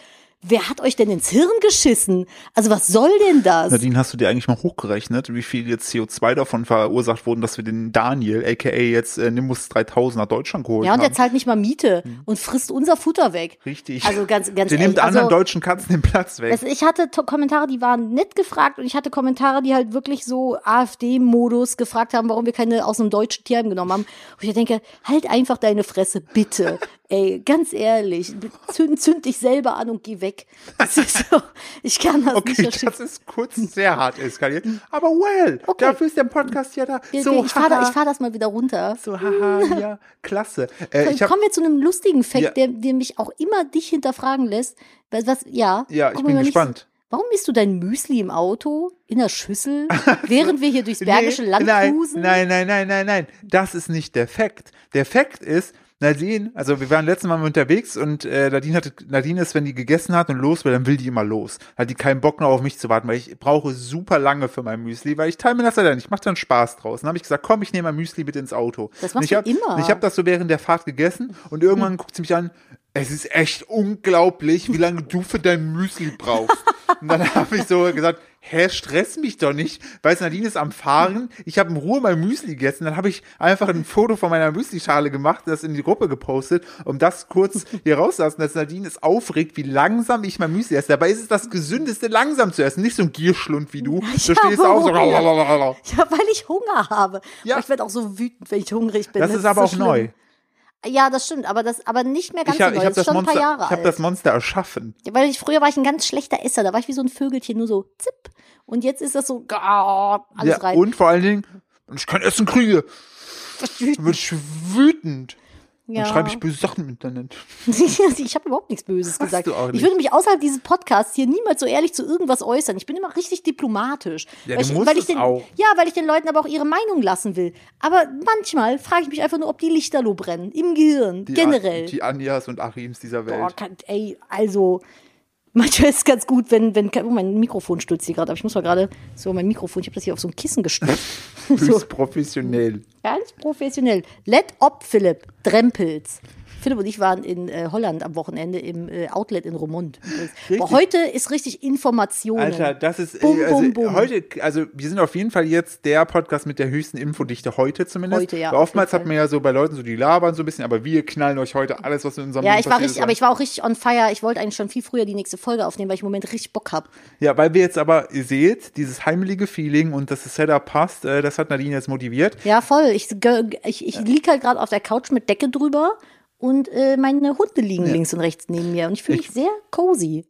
[SPEAKER 2] wer hat euch denn ins Hirn geschissen? Also, was soll denn das?
[SPEAKER 1] Nadine, hast du dir eigentlich mal hochgerechnet, wie viel jetzt CO2 davon verursacht wurden, dass wir den Daniel, aka jetzt äh, Nimbus 3000 nach Deutschland geholt
[SPEAKER 2] Ja, und der
[SPEAKER 1] haben?
[SPEAKER 2] zahlt nicht mal Miete und frisst unser Futter weg.
[SPEAKER 1] Richtig.
[SPEAKER 2] Also ganz, ganz
[SPEAKER 1] der nimmt
[SPEAKER 2] ehrlich,
[SPEAKER 1] anderen
[SPEAKER 2] also,
[SPEAKER 1] deutschen Katzen den Platz weg.
[SPEAKER 2] das, ich hatte to Kommentare, die waren nett gefragt und ich hatte Kommentare, die halt wirklich so AfD-Modus gefragt haben, warum wir keine aus einem deutschen Tierheim genommen haben. Und ich denke, halt einfach deine Fresse, bitte. Ey, ganz ehrlich, zünd, zünd dich selber an und geh weg. Das ist so, ich kann das nicht
[SPEAKER 1] Okay,
[SPEAKER 2] verstehen.
[SPEAKER 1] das ist kurz sehr hart eskaliert. Aber well,
[SPEAKER 2] Okay.
[SPEAKER 1] dafür ist der Podcast ja da. So,
[SPEAKER 2] ich fahre
[SPEAKER 1] haha.
[SPEAKER 2] fahr das mal wieder runter.
[SPEAKER 1] So, haha, ja, klasse. Äh, ich hab,
[SPEAKER 2] Kommen wir zu einem lustigen Fact,
[SPEAKER 1] Ja.
[SPEAKER 2] der, der mich auch immer dich hinterfragen lässt. Was, was, ja,
[SPEAKER 1] ja, ich
[SPEAKER 2] guck mir
[SPEAKER 1] bin
[SPEAKER 2] mal nicht so-
[SPEAKER 1] gespannt.
[SPEAKER 2] Warum isst du dein Müsli im Auto, in der Schüssel, während wir hier durchs Bergische
[SPEAKER 1] Nee,
[SPEAKER 2] Land
[SPEAKER 1] nein,
[SPEAKER 2] cruisen?
[SPEAKER 1] nein, nein, nein, nein, nein. Das ist nicht der Fakt. Der Fakt ist, Nadine, also wir waren letztes Mal unterwegs und äh, Nadine, hatte, Nadine ist, wenn die gegessen hat und los will, dann will die immer los. Hat die keinen Bock noch auf mich zu warten, weil ich brauche super lange für mein Müsli, weil ich teile mir das leider nicht. Ich mache dann Spaß draus. Dann habe ich gesagt, komm, ich nehme mein Müsli mit ins Auto. Und
[SPEAKER 2] Das machst
[SPEAKER 1] ich
[SPEAKER 2] du
[SPEAKER 1] hab,
[SPEAKER 2] immer.
[SPEAKER 1] und Ich habe das so während der Fahrt gegessen und irgendwann guckt sie mich an, es ist echt unglaublich, wie lange du für dein Müsli brauchst. Und dann habe ich so gesagt, hä, stress mich doch nicht, weil Nadine ist am Fahren, ich habe in Ruhe mein Müsli gegessen, dann habe ich einfach ein Foto von meiner Müslischale gemacht, das in die Gruppe gepostet, um das kurz hier rauszulassen, dass Nadine es aufregt, wie langsam ich mein Müsli esse. Dabei ist es das Gesündeste, langsam zu essen, nicht so ein Gierschlund wie du. Du stehst
[SPEAKER 2] aber
[SPEAKER 1] auch so.
[SPEAKER 2] Hunger. Ja, weil ich Hunger habe.
[SPEAKER 1] Ja.
[SPEAKER 2] Aber Ich werde auch so wütend, wenn ich hungrig bin.
[SPEAKER 1] Das ist aber auch
[SPEAKER 2] so
[SPEAKER 1] neu.
[SPEAKER 2] schlimm. Ja, das stimmt, aber das aber nicht mehr ganz
[SPEAKER 1] Ich habe
[SPEAKER 2] so neu.
[SPEAKER 1] hab
[SPEAKER 2] das
[SPEAKER 1] das,
[SPEAKER 2] ist schon ein paar
[SPEAKER 1] Monster-
[SPEAKER 2] Jahre
[SPEAKER 1] ich hab
[SPEAKER 2] alt.
[SPEAKER 1] das Monster erschaffen.
[SPEAKER 2] Ja, weil ich früher war ich ein ganz schlechter Esser, da war ich wie so ein Vögelchen, nur so zipp. Und jetzt ist das so gah, alles
[SPEAKER 1] ja,
[SPEAKER 2] rein.
[SPEAKER 1] Und vor allen Dingen, wenn ich kein Essen kriege, dann werde ich wütend.
[SPEAKER 2] Ja.
[SPEAKER 1] Dann schreibe ich böse Sachen im Internet.
[SPEAKER 2] Also ich habe überhaupt nichts Böses gesagt.
[SPEAKER 1] du auch nicht.
[SPEAKER 2] Ich würde mich außerhalb dieses Podcasts hier niemals so ehrlich zu irgendwas äußern. Ich bin immer richtig diplomatisch.
[SPEAKER 1] Ja,
[SPEAKER 2] weil
[SPEAKER 1] du
[SPEAKER 2] ich,
[SPEAKER 1] musst
[SPEAKER 2] weil ich
[SPEAKER 1] es
[SPEAKER 2] den,
[SPEAKER 1] auch.
[SPEAKER 2] Ja, weil ich den Leuten aber auch ihre Meinung lassen will. Aber manchmal frage ich mich einfach nur, ob die Lichterloh brennen. Im Gehirn,
[SPEAKER 1] Die
[SPEAKER 2] generell.
[SPEAKER 1] An- die Anjas und Achims dieser Welt.
[SPEAKER 2] Boah, kann, ey, also. Manchmal ist es ganz gut, wenn, wenn, oh, mein Mikrofon stürzt hier gerade, aber ich muss mal gerade, so mein Mikrofon, ich habe das hier auf so ein Kissen gestürzt.
[SPEAKER 1] Höchst professionell.
[SPEAKER 2] Ganz professionell. Let up, Philipp. Drempels. Philipp und ich waren in äh, Holland am Wochenende im äh, Outlet in Romont. Boah, heute ist richtig Informationen.
[SPEAKER 1] Alter, das ist äh,
[SPEAKER 2] Genau. Bum,
[SPEAKER 1] also
[SPEAKER 2] bum, bum.
[SPEAKER 1] heute, also wir sind auf jeden Fall jetzt der Podcast mit der höchsten Infodichte heute zumindest.
[SPEAKER 2] Heute, ja,
[SPEAKER 1] Weil
[SPEAKER 2] auf
[SPEAKER 1] oftmals
[SPEAKER 2] jeden
[SPEAKER 1] hat man ja so bei Leuten so, die labern so ein bisschen, aber wir knallen euch heute alles, was in unserem
[SPEAKER 2] ja,
[SPEAKER 1] Leben
[SPEAKER 2] ich war
[SPEAKER 1] passiert ist,
[SPEAKER 2] richtig, aber ich war auch richtig on fire. Ich wollte eigentlich schon viel früher die nächste Folge aufnehmen, weil ich im Moment richtig Bock habe.
[SPEAKER 1] Ja, weil wir jetzt aber, ihr seht, dieses heimelige Feeling und dass das Setup passt, äh, das hat Nadine jetzt motiviert.
[SPEAKER 2] Ja, voll. Ich, ge- ich, ich liege halt gerade auf der Couch mit Decke drüber und äh, meine Hunde liegen links und rechts neben mir und ich fühle
[SPEAKER 1] Ich-
[SPEAKER 2] mich sehr cozy.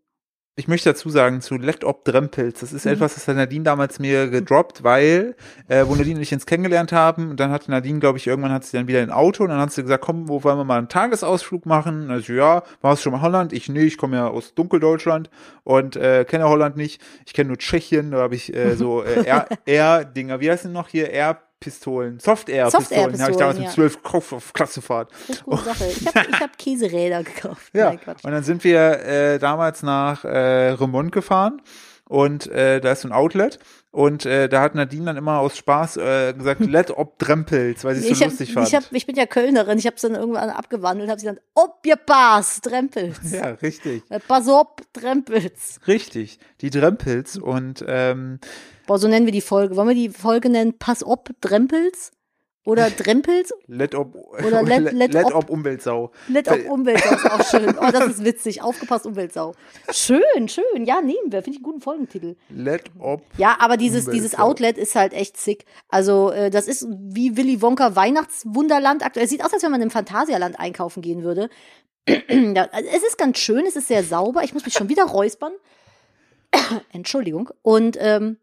[SPEAKER 1] Ich möchte dazu sagen, zu Let Op Drempels, das ist etwas, das hat Nadine damals mir gedroppt, weil, äh, wo Nadine und ich uns kennengelernt haben, und dann hatte Nadine, glaube ich, irgendwann hat sie dann wieder ein Auto und dann hat sie gesagt, komm, wo wollen wir mal einen Tagesausflug machen? Und dann ich, so, ja, warst du schon mal in Holland? Ich, nee, ich komme ja aus Dunkeldeutschland und äh, kenne Holland nicht. Ich kenne nur Tschechien, da habe ich äh, so äh, Air- Air-Dinger, wie heißen noch hier? Air- Pistolen, Soft Air Pistolen, habe ich
[SPEAKER 2] Soft-Air-Pistolen,
[SPEAKER 1] damals
[SPEAKER 2] ja.
[SPEAKER 1] mit zwölf Kopf auf Klassenfahrt.
[SPEAKER 2] Das ist eine gute Sache. Ich habe ich hab Käseräder gekauft.
[SPEAKER 1] Oh. Ja,
[SPEAKER 2] Nein, Quatsch.
[SPEAKER 1] und dann sind wir äh, damals nach äh, Remond gefahren und äh, da ist so ein Outlet und äh, da hat Nadine dann immer aus Spaß äh, gesagt, let ob Drempels, weil sie es
[SPEAKER 2] ich,
[SPEAKER 1] so
[SPEAKER 2] hab,
[SPEAKER 1] lustig fand.
[SPEAKER 2] ich, hab, ich bin ja Kölnerin, ich habe es dann irgendwann abgewandelt, habe sie gesagt, ob ihr passt, Drempels.
[SPEAKER 1] ja, richtig,
[SPEAKER 2] Äh, Pass ob, Drempels.
[SPEAKER 1] richtig, die Drempels und ähm,
[SPEAKER 2] Boah, so nennen wir die Folge. Wollen wir die Folge nennen Pass ob, Drempels? Oder Drempels?
[SPEAKER 1] let ob
[SPEAKER 2] Oder let- let
[SPEAKER 1] let
[SPEAKER 2] ob-
[SPEAKER 1] ob Umweltsau.
[SPEAKER 2] Nett auf Umweltsau ist auch schön. Oh, das ist witzig. Aufgepasst, Umweltsau. Schön, schön. Ja, nehmen wir. Finde ich einen guten Folgentitel.
[SPEAKER 1] Let ob
[SPEAKER 2] Ja, aber dieses, dieses
[SPEAKER 1] Umweltsau.
[SPEAKER 2] Outlet ist halt echt sick. Also, äh, das ist wie Willy Wonka Weihnachtswunderland aktuell. Es sieht aus, als wenn man im Phantasialand einkaufen gehen würde. Da- also es ist ganz schön, es ist sehr sauber. Ich muss mich schon wieder räuspern. Entschuldigung. Und ähm,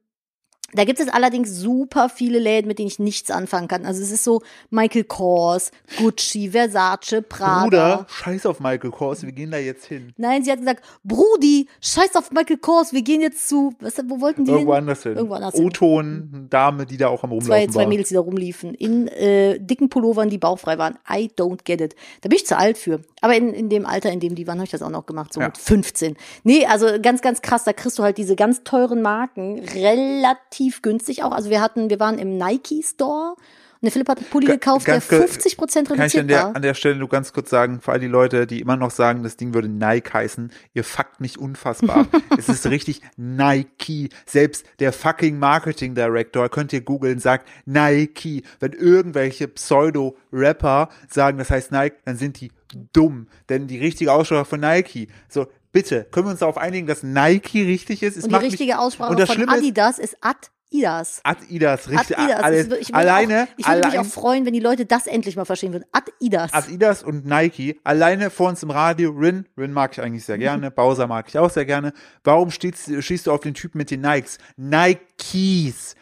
[SPEAKER 2] da gibt es allerdings super viele Läden, mit denen ich nichts anfangen kann. Also es ist so Michael Kors, Gucci, Versace, Prada.
[SPEAKER 1] Bruder, scheiß auf Michael Kors, wir gehen da jetzt hin.
[SPEAKER 2] Nein, sie hat gesagt, Brudi, scheiß auf Michael Kors, wir gehen jetzt zu, was, wo wollten die
[SPEAKER 1] Irgendwo
[SPEAKER 2] hin?
[SPEAKER 1] anders hin.
[SPEAKER 2] Irgendwo anders hin.
[SPEAKER 1] O-Ton, eine Dame, die da auch am
[SPEAKER 2] Zwei,
[SPEAKER 1] Rumlaufen
[SPEAKER 2] zwei
[SPEAKER 1] war.
[SPEAKER 2] Mädels, die da rumliefen, in äh, dicken Pullovern, die bauchfrei waren. I don't get it. Da bin ich zu alt für. Aber in, in dem Alter, in dem die waren, habe ich das auch noch gemacht, so
[SPEAKER 1] Ja.
[SPEAKER 2] mit 15. Nee, also ganz, ganz krass, da kriegst du halt diese ganz teuren Marken relativ günstig auch. Also wir hatten, wir waren im Nike-Store und der Philipp hat einen Pulli
[SPEAKER 1] Ga-
[SPEAKER 2] gekauft, der
[SPEAKER 1] ganz ge-
[SPEAKER 2] 50 Prozent
[SPEAKER 1] Kann ich
[SPEAKER 2] reduziert
[SPEAKER 1] an der,
[SPEAKER 2] war.
[SPEAKER 1] an der Stelle nur ganz kurz sagen, für all die Leute, die immer noch sagen, das Ding würde Nike heißen, ihr fuckt mich unfassbar ab. es ist richtig Nike. Selbst der fucking Marketing Director, könnt ihr googeln, sagt Nike. Wenn irgendwelche Pseudo-Rapper sagen, das heißt Nike, dann sind die dumm. Denn die richtige Aussprache von Nike, so, bitte, können wir uns darauf einigen, dass Nike richtig ist? Es
[SPEAKER 2] Und die
[SPEAKER 1] macht mich-
[SPEAKER 2] richtige
[SPEAKER 1] und
[SPEAKER 2] Aussprache
[SPEAKER 1] das
[SPEAKER 2] von
[SPEAKER 1] Schlimme ist,
[SPEAKER 2] Adidas ist Adidas.
[SPEAKER 1] Adidas, richtig.
[SPEAKER 2] Adidas.
[SPEAKER 1] Alles,
[SPEAKER 2] ich wür- ich würde
[SPEAKER 1] alleine,
[SPEAKER 2] auch, ich würde mich
[SPEAKER 1] allein-
[SPEAKER 2] auch freuen, wenn die Leute das endlich mal verstehen würden. Adidas.
[SPEAKER 1] Adidas und Nike alleine vor uns im Radio. Rin, Rin mag ich eigentlich
[SPEAKER 2] Mhm.
[SPEAKER 1] sehr gerne. Bowser mag ich auch sehr gerne. Warum stieß- schießt du auf den Typen mit den Nikes? Nikes.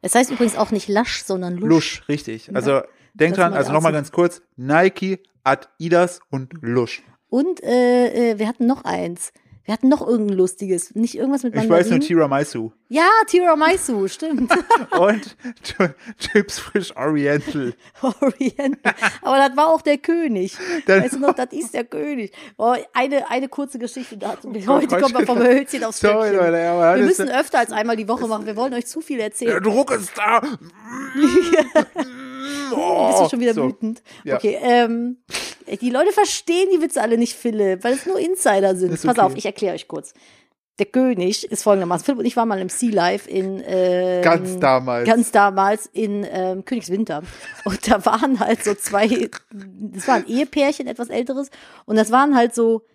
[SPEAKER 2] Es heißt übrigens auch nicht Lasch, sondern Lusch.
[SPEAKER 1] Lusch, richtig. Also denk
[SPEAKER 2] das
[SPEAKER 1] dran,
[SPEAKER 2] mag
[SPEAKER 1] also
[SPEAKER 2] ich
[SPEAKER 1] nochmal
[SPEAKER 2] auch so.
[SPEAKER 1] ganz kurz. Nike, Adidas und Lusch.
[SPEAKER 2] Und äh, äh, wir hatten noch eins. Wir hatten noch irgendein lustiges. Nicht irgendwas mit
[SPEAKER 1] Ich
[SPEAKER 2] Mandarinen.
[SPEAKER 1] weiß nur Tiramisu.
[SPEAKER 2] ja, Tiramisu, stimmt.
[SPEAKER 1] Und Ch- Chips Frisch Oriental.
[SPEAKER 2] Oriental. Aber das war auch der König.
[SPEAKER 1] Dann-
[SPEAKER 2] weißt du noch, das ist der König. Oh, eine, eine kurze Geschichte dazu. Heute
[SPEAKER 1] Oh Gott,
[SPEAKER 2] kommt man vom
[SPEAKER 1] Leute.
[SPEAKER 2] Hölzchen aufs
[SPEAKER 1] Sorry,
[SPEAKER 2] Stöckchen.
[SPEAKER 1] Leute, aber
[SPEAKER 2] wir
[SPEAKER 1] das ist-
[SPEAKER 2] müssen öfter als einmal die Woche machen. Wir wollen euch zu viel erzählen.
[SPEAKER 1] Der Druck ist da. Oh,
[SPEAKER 2] Hm, Bist du schon wieder
[SPEAKER 1] so.
[SPEAKER 2] wütend?
[SPEAKER 1] Ja.
[SPEAKER 2] Okay, ähm, die Leute verstehen die Witze alle nicht, Philipp, weil es nur Insider sind.
[SPEAKER 1] Ist
[SPEAKER 2] Pass
[SPEAKER 1] okay.
[SPEAKER 2] auf, ich erkläre euch kurz. Der König ist folgendermaßen. Philipp und ich waren mal im Sea Life in ähm,
[SPEAKER 1] Ganz damals.
[SPEAKER 2] Ganz damals in ähm, Königswinter. Und da waren halt so zwei, das waren Ehepärchen, etwas älteres. Und das waren halt so,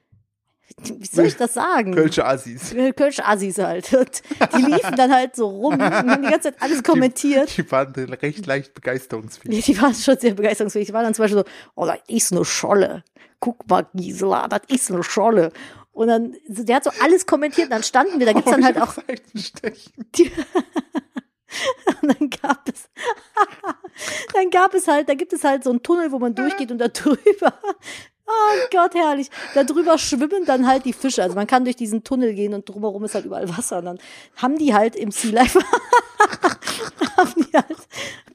[SPEAKER 2] wie soll ich das sagen?
[SPEAKER 1] Kölsche Assis.
[SPEAKER 2] Kölsch-Assis halt. Und die liefen dann halt so rum und haben die ganze Zeit alles kommentiert.
[SPEAKER 1] Die waren recht leicht begeisterungsfähig.
[SPEAKER 2] Nee, die waren schon sehr begeisterungsfähig. Die waren dann zum Beispiel so, oh, das ist eine Scholle. Guck mal, Gisela, das ist eine Scholle. Und dann, so, der hat so alles kommentiert und dann standen wir, da
[SPEAKER 1] Oh,
[SPEAKER 2] gibt's dann halt auch,
[SPEAKER 1] Seitenstechen.
[SPEAKER 2] dann gab es, dann gab es halt, da gibt es halt so einen Tunnel, wo man durchgeht und da drüber, oh Gott, herrlich, da drüber schwimmen dann halt die Fische. Also man kann durch diesen Tunnel gehen und drumherum ist halt überall Wasser. Und dann haben die halt im Sea Life, haben die halt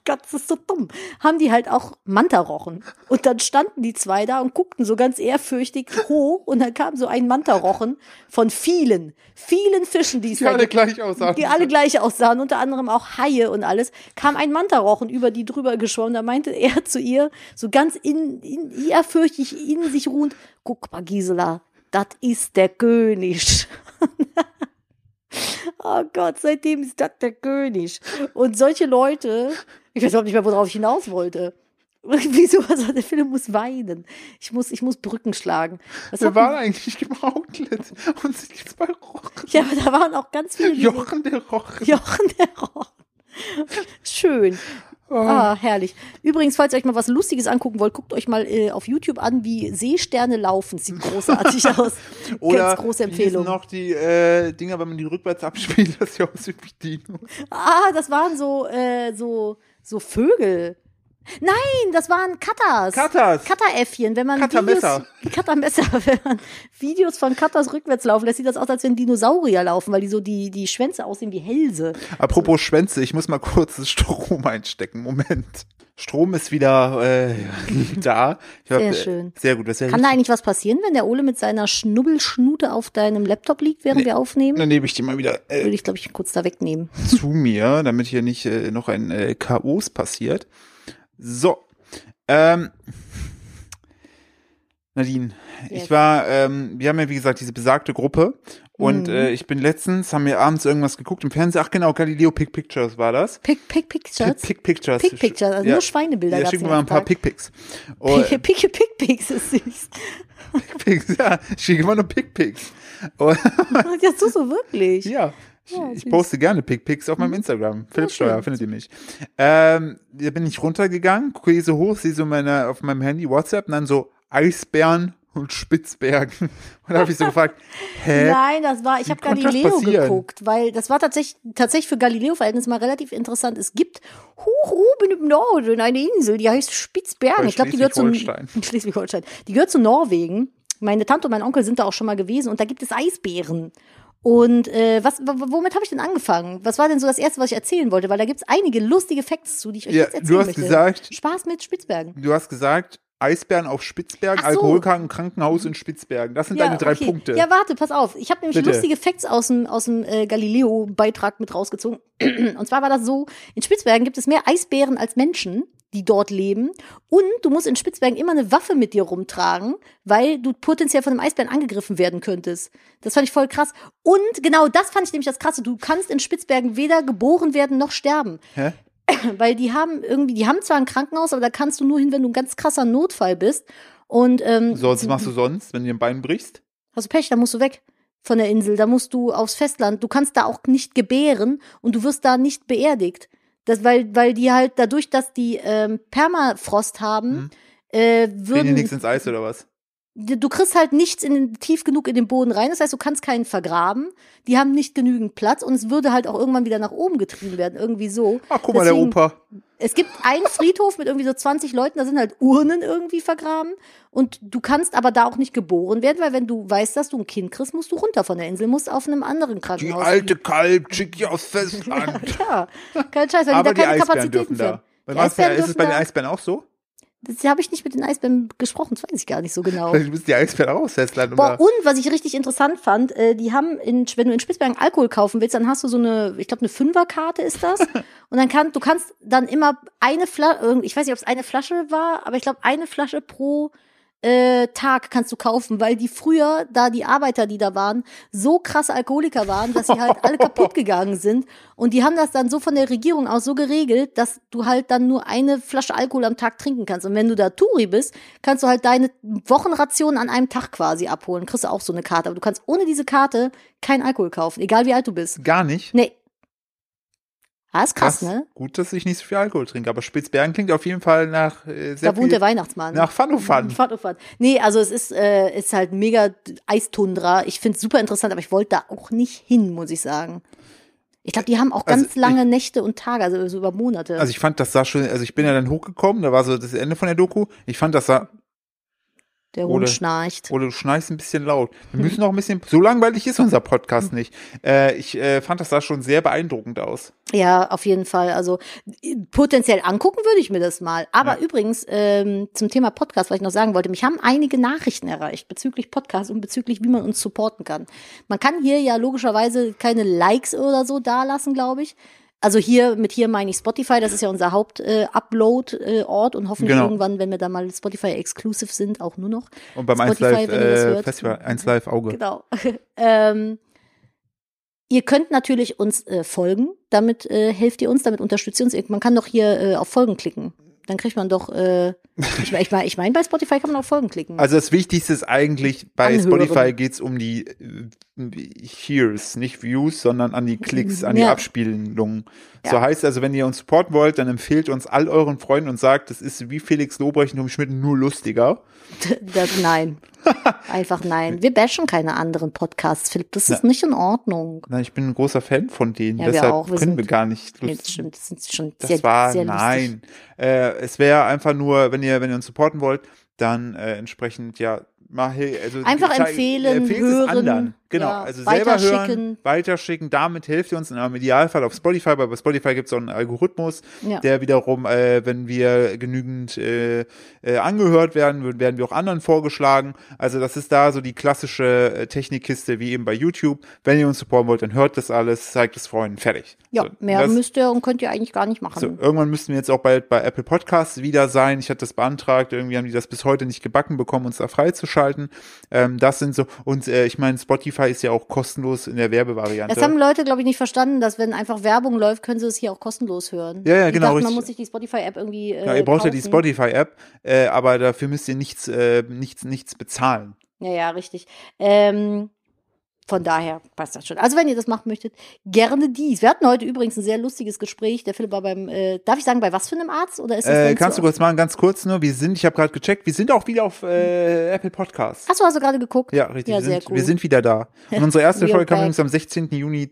[SPEAKER 2] Gott, das ist so dumm. Haben die halt auch Mantarochen. Und dann standen die zwei da und guckten so ganz ehrfürchtig hoch und dann kam so ein Mantarochen von vielen, vielen Fischen, die es halt
[SPEAKER 1] Die
[SPEAKER 2] da
[SPEAKER 1] alle
[SPEAKER 2] gibt,
[SPEAKER 1] gleich aussahen.
[SPEAKER 2] die alle gleich aussahen, unter anderem auch Haie und alles, kam ein Mantarochen über die drüber geschwommen. Da meinte er zu ihr, so ganz in, in, ehrfürchtig in sich ruhend, guck mal Gisela, das ist der König. oh Gott, seitdem ist das der König. Und solche Leute, ich weiß überhaupt nicht mehr, worauf ich hinaus wollte. Wieso? Also, der Film muss weinen. Ich muss, ich muss Brücken schlagen. Was
[SPEAKER 1] Wir
[SPEAKER 2] hat man-
[SPEAKER 1] waren eigentlich im Outlet und sind jetzt bei Rochen.
[SPEAKER 2] ja, aber da waren auch ganz viele. die-
[SPEAKER 1] Jochen der Rochen.
[SPEAKER 2] Jochen der Rochen. Schön.
[SPEAKER 1] Oh.
[SPEAKER 2] Ah, herrlich. Übrigens, falls ihr euch mal was Lustiges angucken wollt, guckt euch mal äh, auf YouTube an, wie Seesterne laufen. Sieht großartig aus.
[SPEAKER 1] Oder
[SPEAKER 2] Ganz große
[SPEAKER 1] wie
[SPEAKER 2] Empfehlung.
[SPEAKER 1] hießen noch die äh, Dinger, wenn man die rückwärts abspielt, das ja aussieht wie Dinos.
[SPEAKER 2] Ah, das waren so, äh, so, so Vögel. Nein, das waren Katas.
[SPEAKER 1] Katas.
[SPEAKER 2] Kataäffchen. Wenn man
[SPEAKER 1] Katamesser.
[SPEAKER 2] Videos, Katamesser. Wenn man Videos von Katas rückwärts laufen lässt, sieht das aus, als wenn Dinosaurier laufen, weil die so die, die Schwänze aussehen wie Hälse.
[SPEAKER 1] Apropos Schwänze, ich muss mal kurz das Strom einstecken. Moment. Strom ist wieder äh, da. Ich hab,
[SPEAKER 2] Sehr
[SPEAKER 1] äh,
[SPEAKER 2] schön.
[SPEAKER 1] Sehr gut. Das ist ja
[SPEAKER 2] Kann da eigentlich was passieren, wenn der Ole mit seiner Schnubbelschnute auf deinem Laptop liegt, während wir aufnehmen?
[SPEAKER 1] Dann nehme ich die mal wieder äh,
[SPEAKER 2] Würde ich, glaube ich, kurz da wegnehmen.
[SPEAKER 1] zu mir, damit hier nicht äh, noch ein äh, Chaos passiert. So. Ähm. Nadine, ich
[SPEAKER 2] Yes.
[SPEAKER 1] war, ähm, wir haben ja wie gesagt diese besagte Gruppe und
[SPEAKER 2] Mhm.
[SPEAKER 1] äh, ich bin letztens, haben wir abends irgendwas geguckt im Fernsehen, ach genau, Galileo Pick Pictures war das.
[SPEAKER 2] Pick, pick, Pictures.
[SPEAKER 1] Pick Pictures.
[SPEAKER 2] Pick Pictures, also
[SPEAKER 1] Ja.
[SPEAKER 2] nur Schweinebilder.
[SPEAKER 1] Ja,
[SPEAKER 2] gab's
[SPEAKER 1] schicken
[SPEAKER 2] den
[SPEAKER 1] wir mal ein
[SPEAKER 2] ganzen
[SPEAKER 1] paar
[SPEAKER 2] Tag.
[SPEAKER 1] Pickpics. Oh,
[SPEAKER 2] Pick, pick, pick, pick, ist süß.
[SPEAKER 1] Pickpics, ja, ich schicke immer nur Pickpics. Oh,
[SPEAKER 2] Das tust du wirklich.
[SPEAKER 1] ja, ich,
[SPEAKER 2] Ja,
[SPEAKER 1] ich
[SPEAKER 2] süß. Mhm.
[SPEAKER 1] poste gerne Pickpics auf meinem Instagram. Philipp
[SPEAKER 2] schön.
[SPEAKER 1] Steuer, findet ihr mich. Ähm, da bin ich runtergegangen, gucke hier so hoch, sehe so meine, auf meinem Handy WhatsApp und dann so Eisbären und Spitzbergen. Und da habe ich so gefragt, hä?
[SPEAKER 2] Nein, das war, ich habe
[SPEAKER 1] konnte das
[SPEAKER 2] Galileo
[SPEAKER 1] passieren?
[SPEAKER 2] geguckt, weil das war tatsächlich, tatsächlich für Galileo-Verhältnis mal relativ interessant. Es gibt hoch oben im Norden eine Insel, die heißt Spitzbergen.
[SPEAKER 1] Bei
[SPEAKER 2] Ich glaube, die gehört zu
[SPEAKER 1] Schleswig-Holstein.
[SPEAKER 2] Schleswig-Holstein. Die gehört zu Norwegen. Meine Tante und mein Onkel sind da auch schon mal gewesen und da gibt es Eisbären. Und äh, was, w- womit habe ich denn angefangen? Was war denn so das Erste, was ich erzählen wollte? Weil da gibt es einige lustige Facts zu, die ich euch
[SPEAKER 1] Ja,
[SPEAKER 2] jetzt erzählen
[SPEAKER 1] du hast
[SPEAKER 2] möchte.
[SPEAKER 1] gesagt-
[SPEAKER 2] Spaß mit Spitzbergen.
[SPEAKER 1] Du hast gesagt, Eisbären auf Spitzbergen,
[SPEAKER 2] Ach so.
[SPEAKER 1] Alkoholkranken, Krankenhaus in Spitzbergen. Das sind deine drei
[SPEAKER 2] okay.
[SPEAKER 1] Punkte.
[SPEAKER 2] Ja, warte, pass auf. Ich habe nämlich
[SPEAKER 1] Bitte.
[SPEAKER 2] lustige Facts aus dem, aus dem äh, Galileo-Beitrag mit rausgezogen. Und zwar war das so, in Spitzbergen gibt es mehr Eisbären als Menschen, die dort leben. Und du musst in Spitzbergen immer eine Waffe mit dir rumtragen, weil du potenziell von einem Eisbären angegriffen werden könntest. Das fand ich voll krass. Und genau das fand ich nämlich das Krasse. Du kannst in Spitzbergen weder geboren werden noch sterben.
[SPEAKER 1] Hä?
[SPEAKER 2] Weil die haben irgendwie, die haben zwar ein Krankenhaus, aber da kannst du nur hin, wenn du ein ganz krasser Notfall bist. Und ähm,
[SPEAKER 1] So, was machst du sonst, wenn du dir ein Bein brichst?
[SPEAKER 2] Hast du Pech, dann musst du weg von der Insel, da musst du aufs Festland. Du kannst da auch nicht gebären und du wirst da nicht beerdigt. Das, weil, weil die halt dadurch, dass die ähm, Permafrost
[SPEAKER 1] Mhm.
[SPEAKER 2] haben, äh,
[SPEAKER 1] Gehen dir
[SPEAKER 2] würden,
[SPEAKER 1] nichts ins Eis oder was?
[SPEAKER 2] du kriegst halt nichts in den, tief genug in den Boden rein. Das heißt, du kannst keinen vergraben. Die haben nicht genügend Platz und es würde halt auch irgendwann wieder nach oben getrieben werden, irgendwie so.
[SPEAKER 1] Ach, Ah, guck mal, der
[SPEAKER 2] Deswegen-
[SPEAKER 1] Opa.
[SPEAKER 2] Es gibt einen Friedhof mit irgendwie so 20 Leuten, da sind halt Urnen irgendwie vergraben. Und du kannst aber da auch nicht geboren werden, weil wenn du weißt, dass du ein Kind kriegst, musst du runter von der Insel, musst auf einem anderen
[SPEAKER 1] Die
[SPEAKER 2] Krankenhaus.
[SPEAKER 1] alte Kalb schickt ihr aufs Festland.
[SPEAKER 2] ja, kein Scheiß, weil
[SPEAKER 1] Aber
[SPEAKER 2] die da
[SPEAKER 1] die
[SPEAKER 2] keine
[SPEAKER 1] Eisbären dürfen
[SPEAKER 2] Kapazitäten
[SPEAKER 1] da.
[SPEAKER 2] für.
[SPEAKER 1] Bei
[SPEAKER 2] Die
[SPEAKER 1] was-
[SPEAKER 2] Eisbären
[SPEAKER 1] ist es
[SPEAKER 2] dürfen
[SPEAKER 1] bei den
[SPEAKER 2] da-
[SPEAKER 1] Eisbären auch so?
[SPEAKER 2] Das habe ich nicht mit den Eisbären gesprochen, das weiß ich gar nicht so genau.
[SPEAKER 1] Vielleicht müssen die Eisbären auch aufs Festland.
[SPEAKER 2] Boah,
[SPEAKER 1] Oder?
[SPEAKER 2] und was ich richtig interessant fand, äh, die haben, in, wenn du in Spitzbergen Alkohol kaufen willst, dann hast du so eine, ich glaube, eine Fünferkarte ist das. und dann kann, du kannst dann immer eine Flasche, ich weiß nicht, ob es eine Flasche war, aber ich glaube, eine Flasche pro äh, Tag kannst du kaufen, weil die früher, da die Arbeiter, die da waren, so krasse Alkoholiker waren, dass sie halt alle kaputt gegangen sind. Und die haben das dann so von der Regierung aus so geregelt, dass du halt dann nur eine Flasche Alkohol am Tag trinken kannst. Und wenn du da Touri bist, kannst du halt deine Wochenration an einem Tag quasi abholen. Kriegst du auch so eine Karte. Aber du kannst ohne diese Karte keinen Alkohol kaufen, egal wie alt du bist.
[SPEAKER 1] Gar nicht.
[SPEAKER 2] Nee. Ah, ist uh, krass, ne?
[SPEAKER 1] Gut, dass ich nicht so viel Alkohol trinke. Aber Spitzbergen klingt auf jeden Fall nach äh, sehr
[SPEAKER 2] Da wohnt der
[SPEAKER 1] viel,
[SPEAKER 2] Weihnachtsmann.
[SPEAKER 1] nach Fanufan.
[SPEAKER 2] Fahrt auf Fahrt. Nee, also es ist, äh, ist halt mega d- Eistundra. Ich finde es super interessant, aber ich wollte da auch nicht hin, muss ich sagen. Ich glaube, die haben auch
[SPEAKER 1] Also
[SPEAKER 2] ganz lange Nächte und Tage, also so über Monate.
[SPEAKER 1] Also ich fand, das sah schon, also ich bin ja dann hochgekommen, da war so das Ende von der Doku. Ich fand, das sah
[SPEAKER 2] der
[SPEAKER 1] Ole.
[SPEAKER 2] rumschnarcht.
[SPEAKER 1] Oder oh, du schnarchst ein bisschen laut.
[SPEAKER 2] Mhm.
[SPEAKER 1] Wir müssen noch ein bisschen. So langweilig ist unser Podcast nicht. Äh, ich äh, fand das da schon sehr beeindruckend aus.
[SPEAKER 2] Ja, auf jeden Fall. Also äh, potenziell angucken würde ich mir das mal.
[SPEAKER 1] Ja.
[SPEAKER 2] Aber übrigens ähm, zum Thema Podcast, was ich noch sagen wollte, mich haben einige Nachrichten erreicht bezüglich Podcast und bezüglich, wie man uns supporten kann. Man kann hier ja logischerweise keine Likes oder so dalassen, glaube ich. Also hier, mit hier meine ich Spotify, das ist ja unser Haupt-Upload-Ort und hoffentlich
[SPEAKER 1] Genau.
[SPEAKER 2] irgendwann, wenn wir da mal Spotify-exclusive sind, auch nur noch.
[SPEAKER 1] Und beim 1
[SPEAKER 2] Spotify,
[SPEAKER 1] Live
[SPEAKER 2] wenn ihr das
[SPEAKER 1] äh,
[SPEAKER 2] hört.
[SPEAKER 1] Festival, 1 Live Auge.
[SPEAKER 2] Genau. ähm, ihr könnt natürlich uns äh, folgen. Damit äh, helft ihr uns, damit unterstützt ihr uns. Man kann doch hier äh, auf Folgen klicken. Dann kriegt man doch. Äh, ich meine, ich mein, ich mein, bei Spotify kann man auf Folgen klicken.
[SPEAKER 1] Also das Wichtigste ist eigentlich, bei
[SPEAKER 2] Mhm. Anhören.
[SPEAKER 1] Spotify geht's um die äh, Hears, nicht Views, sondern an die Klicks, an die
[SPEAKER 2] Ja.
[SPEAKER 1] Abspielungen.
[SPEAKER 2] Ja.
[SPEAKER 1] So heißt also, wenn ihr uns supporten wollt, dann empfehlt uns all euren Freunden und sagt, das ist wie Felix Lobrecht und Tom Schmidt, nur lustiger.
[SPEAKER 2] das, nein. Einfach nein. Wir bashen keine anderen Podcasts, Philipp. Das ist nicht in Ordnung.
[SPEAKER 1] Na, ich bin ein großer Fan von denen,
[SPEAKER 2] Ja, wir
[SPEAKER 1] deshalb
[SPEAKER 2] auch. Wir
[SPEAKER 1] können
[SPEAKER 2] sind-
[SPEAKER 1] wir gar nicht
[SPEAKER 2] Nee,
[SPEAKER 1] lustig.
[SPEAKER 2] das stimmt. Das sind schon
[SPEAKER 1] Das
[SPEAKER 2] sehr,
[SPEAKER 1] war
[SPEAKER 2] sehr lustig.
[SPEAKER 1] nein. Äh, es wäre einfach nur, wenn ihr, wenn ihr uns supporten wollt, dann äh, entsprechend ja mach hey, also
[SPEAKER 2] Einfach
[SPEAKER 1] zeig-
[SPEAKER 2] empfehlen,
[SPEAKER 1] empfehlt es
[SPEAKER 2] hören,
[SPEAKER 1] anderen. Genau,
[SPEAKER 2] ja,
[SPEAKER 1] also selber hören,
[SPEAKER 2] weiterschicken.
[SPEAKER 1] weiterschicken. Damit hilft ihr uns im Idealfall auf Spotify, weil bei Spotify gibt es auch einen Algorithmus,
[SPEAKER 2] Ja.
[SPEAKER 1] der wiederum, äh, wenn wir genügend äh, äh, angehört werden, wür- werden wir auch anderen vorgeschlagen. Also das ist da so die klassische äh, Technikkiste wie eben bei YouTube. Wenn ihr uns supporten wollt, dann hört das alles, zeigt es Freunden, fertig.
[SPEAKER 2] Ja,
[SPEAKER 1] So,
[SPEAKER 2] mehr
[SPEAKER 1] Also das,
[SPEAKER 2] müsst ihr und könnt ihr eigentlich gar nicht machen.
[SPEAKER 1] so, irgendwann müssten wir jetzt auch bald bei Apple Podcasts wieder sein. Ich hatte das beantragt, irgendwie haben die das bis heute nicht gebacken bekommen, uns da freizuschalten. Ähm, das sind so, und äh, ich meine, Spotify ist ja auch kostenlos in der Werbevariante.
[SPEAKER 2] Das haben Leute, glaube ich, nicht verstanden, dass wenn einfach Werbung läuft, können sie es hier auch kostenlos hören.
[SPEAKER 1] Ja, ja,
[SPEAKER 2] die
[SPEAKER 1] genau,
[SPEAKER 2] Dachten,
[SPEAKER 1] richtig.
[SPEAKER 2] man muss sich die Spotify-App irgendwie. Äh,
[SPEAKER 1] ja, ihr braucht
[SPEAKER 2] kaufen.
[SPEAKER 1] ja die Spotify-App, äh, aber dafür müsst ihr nichts, äh, nichts, nichts bezahlen.
[SPEAKER 2] Ja, ja, richtig. Ähm, von daher passt das schon. Also, wenn ihr das machen möchtet, gerne dies. Wir hatten heute übrigens ein sehr lustiges Gespräch. Der Philipp war beim, äh, darf ich sagen, bei was für einem Arzt? Oder ist das
[SPEAKER 1] Äh,
[SPEAKER 2] dann
[SPEAKER 1] kannst
[SPEAKER 2] zu-
[SPEAKER 1] du kurz machen, ganz kurz nur, wir sind, ich habe gerade gecheckt, wir sind auch wieder auf äh, Apple Podcasts.
[SPEAKER 2] Hast du also gerade geguckt?
[SPEAKER 1] Ja, richtig.
[SPEAKER 2] Ja,
[SPEAKER 1] wir, sind,
[SPEAKER 2] sehr cool.
[SPEAKER 1] wir sind wieder da. Und unsere erste
[SPEAKER 2] We are
[SPEAKER 1] Folge kam
[SPEAKER 2] back.
[SPEAKER 1] übrigens am 16. Juni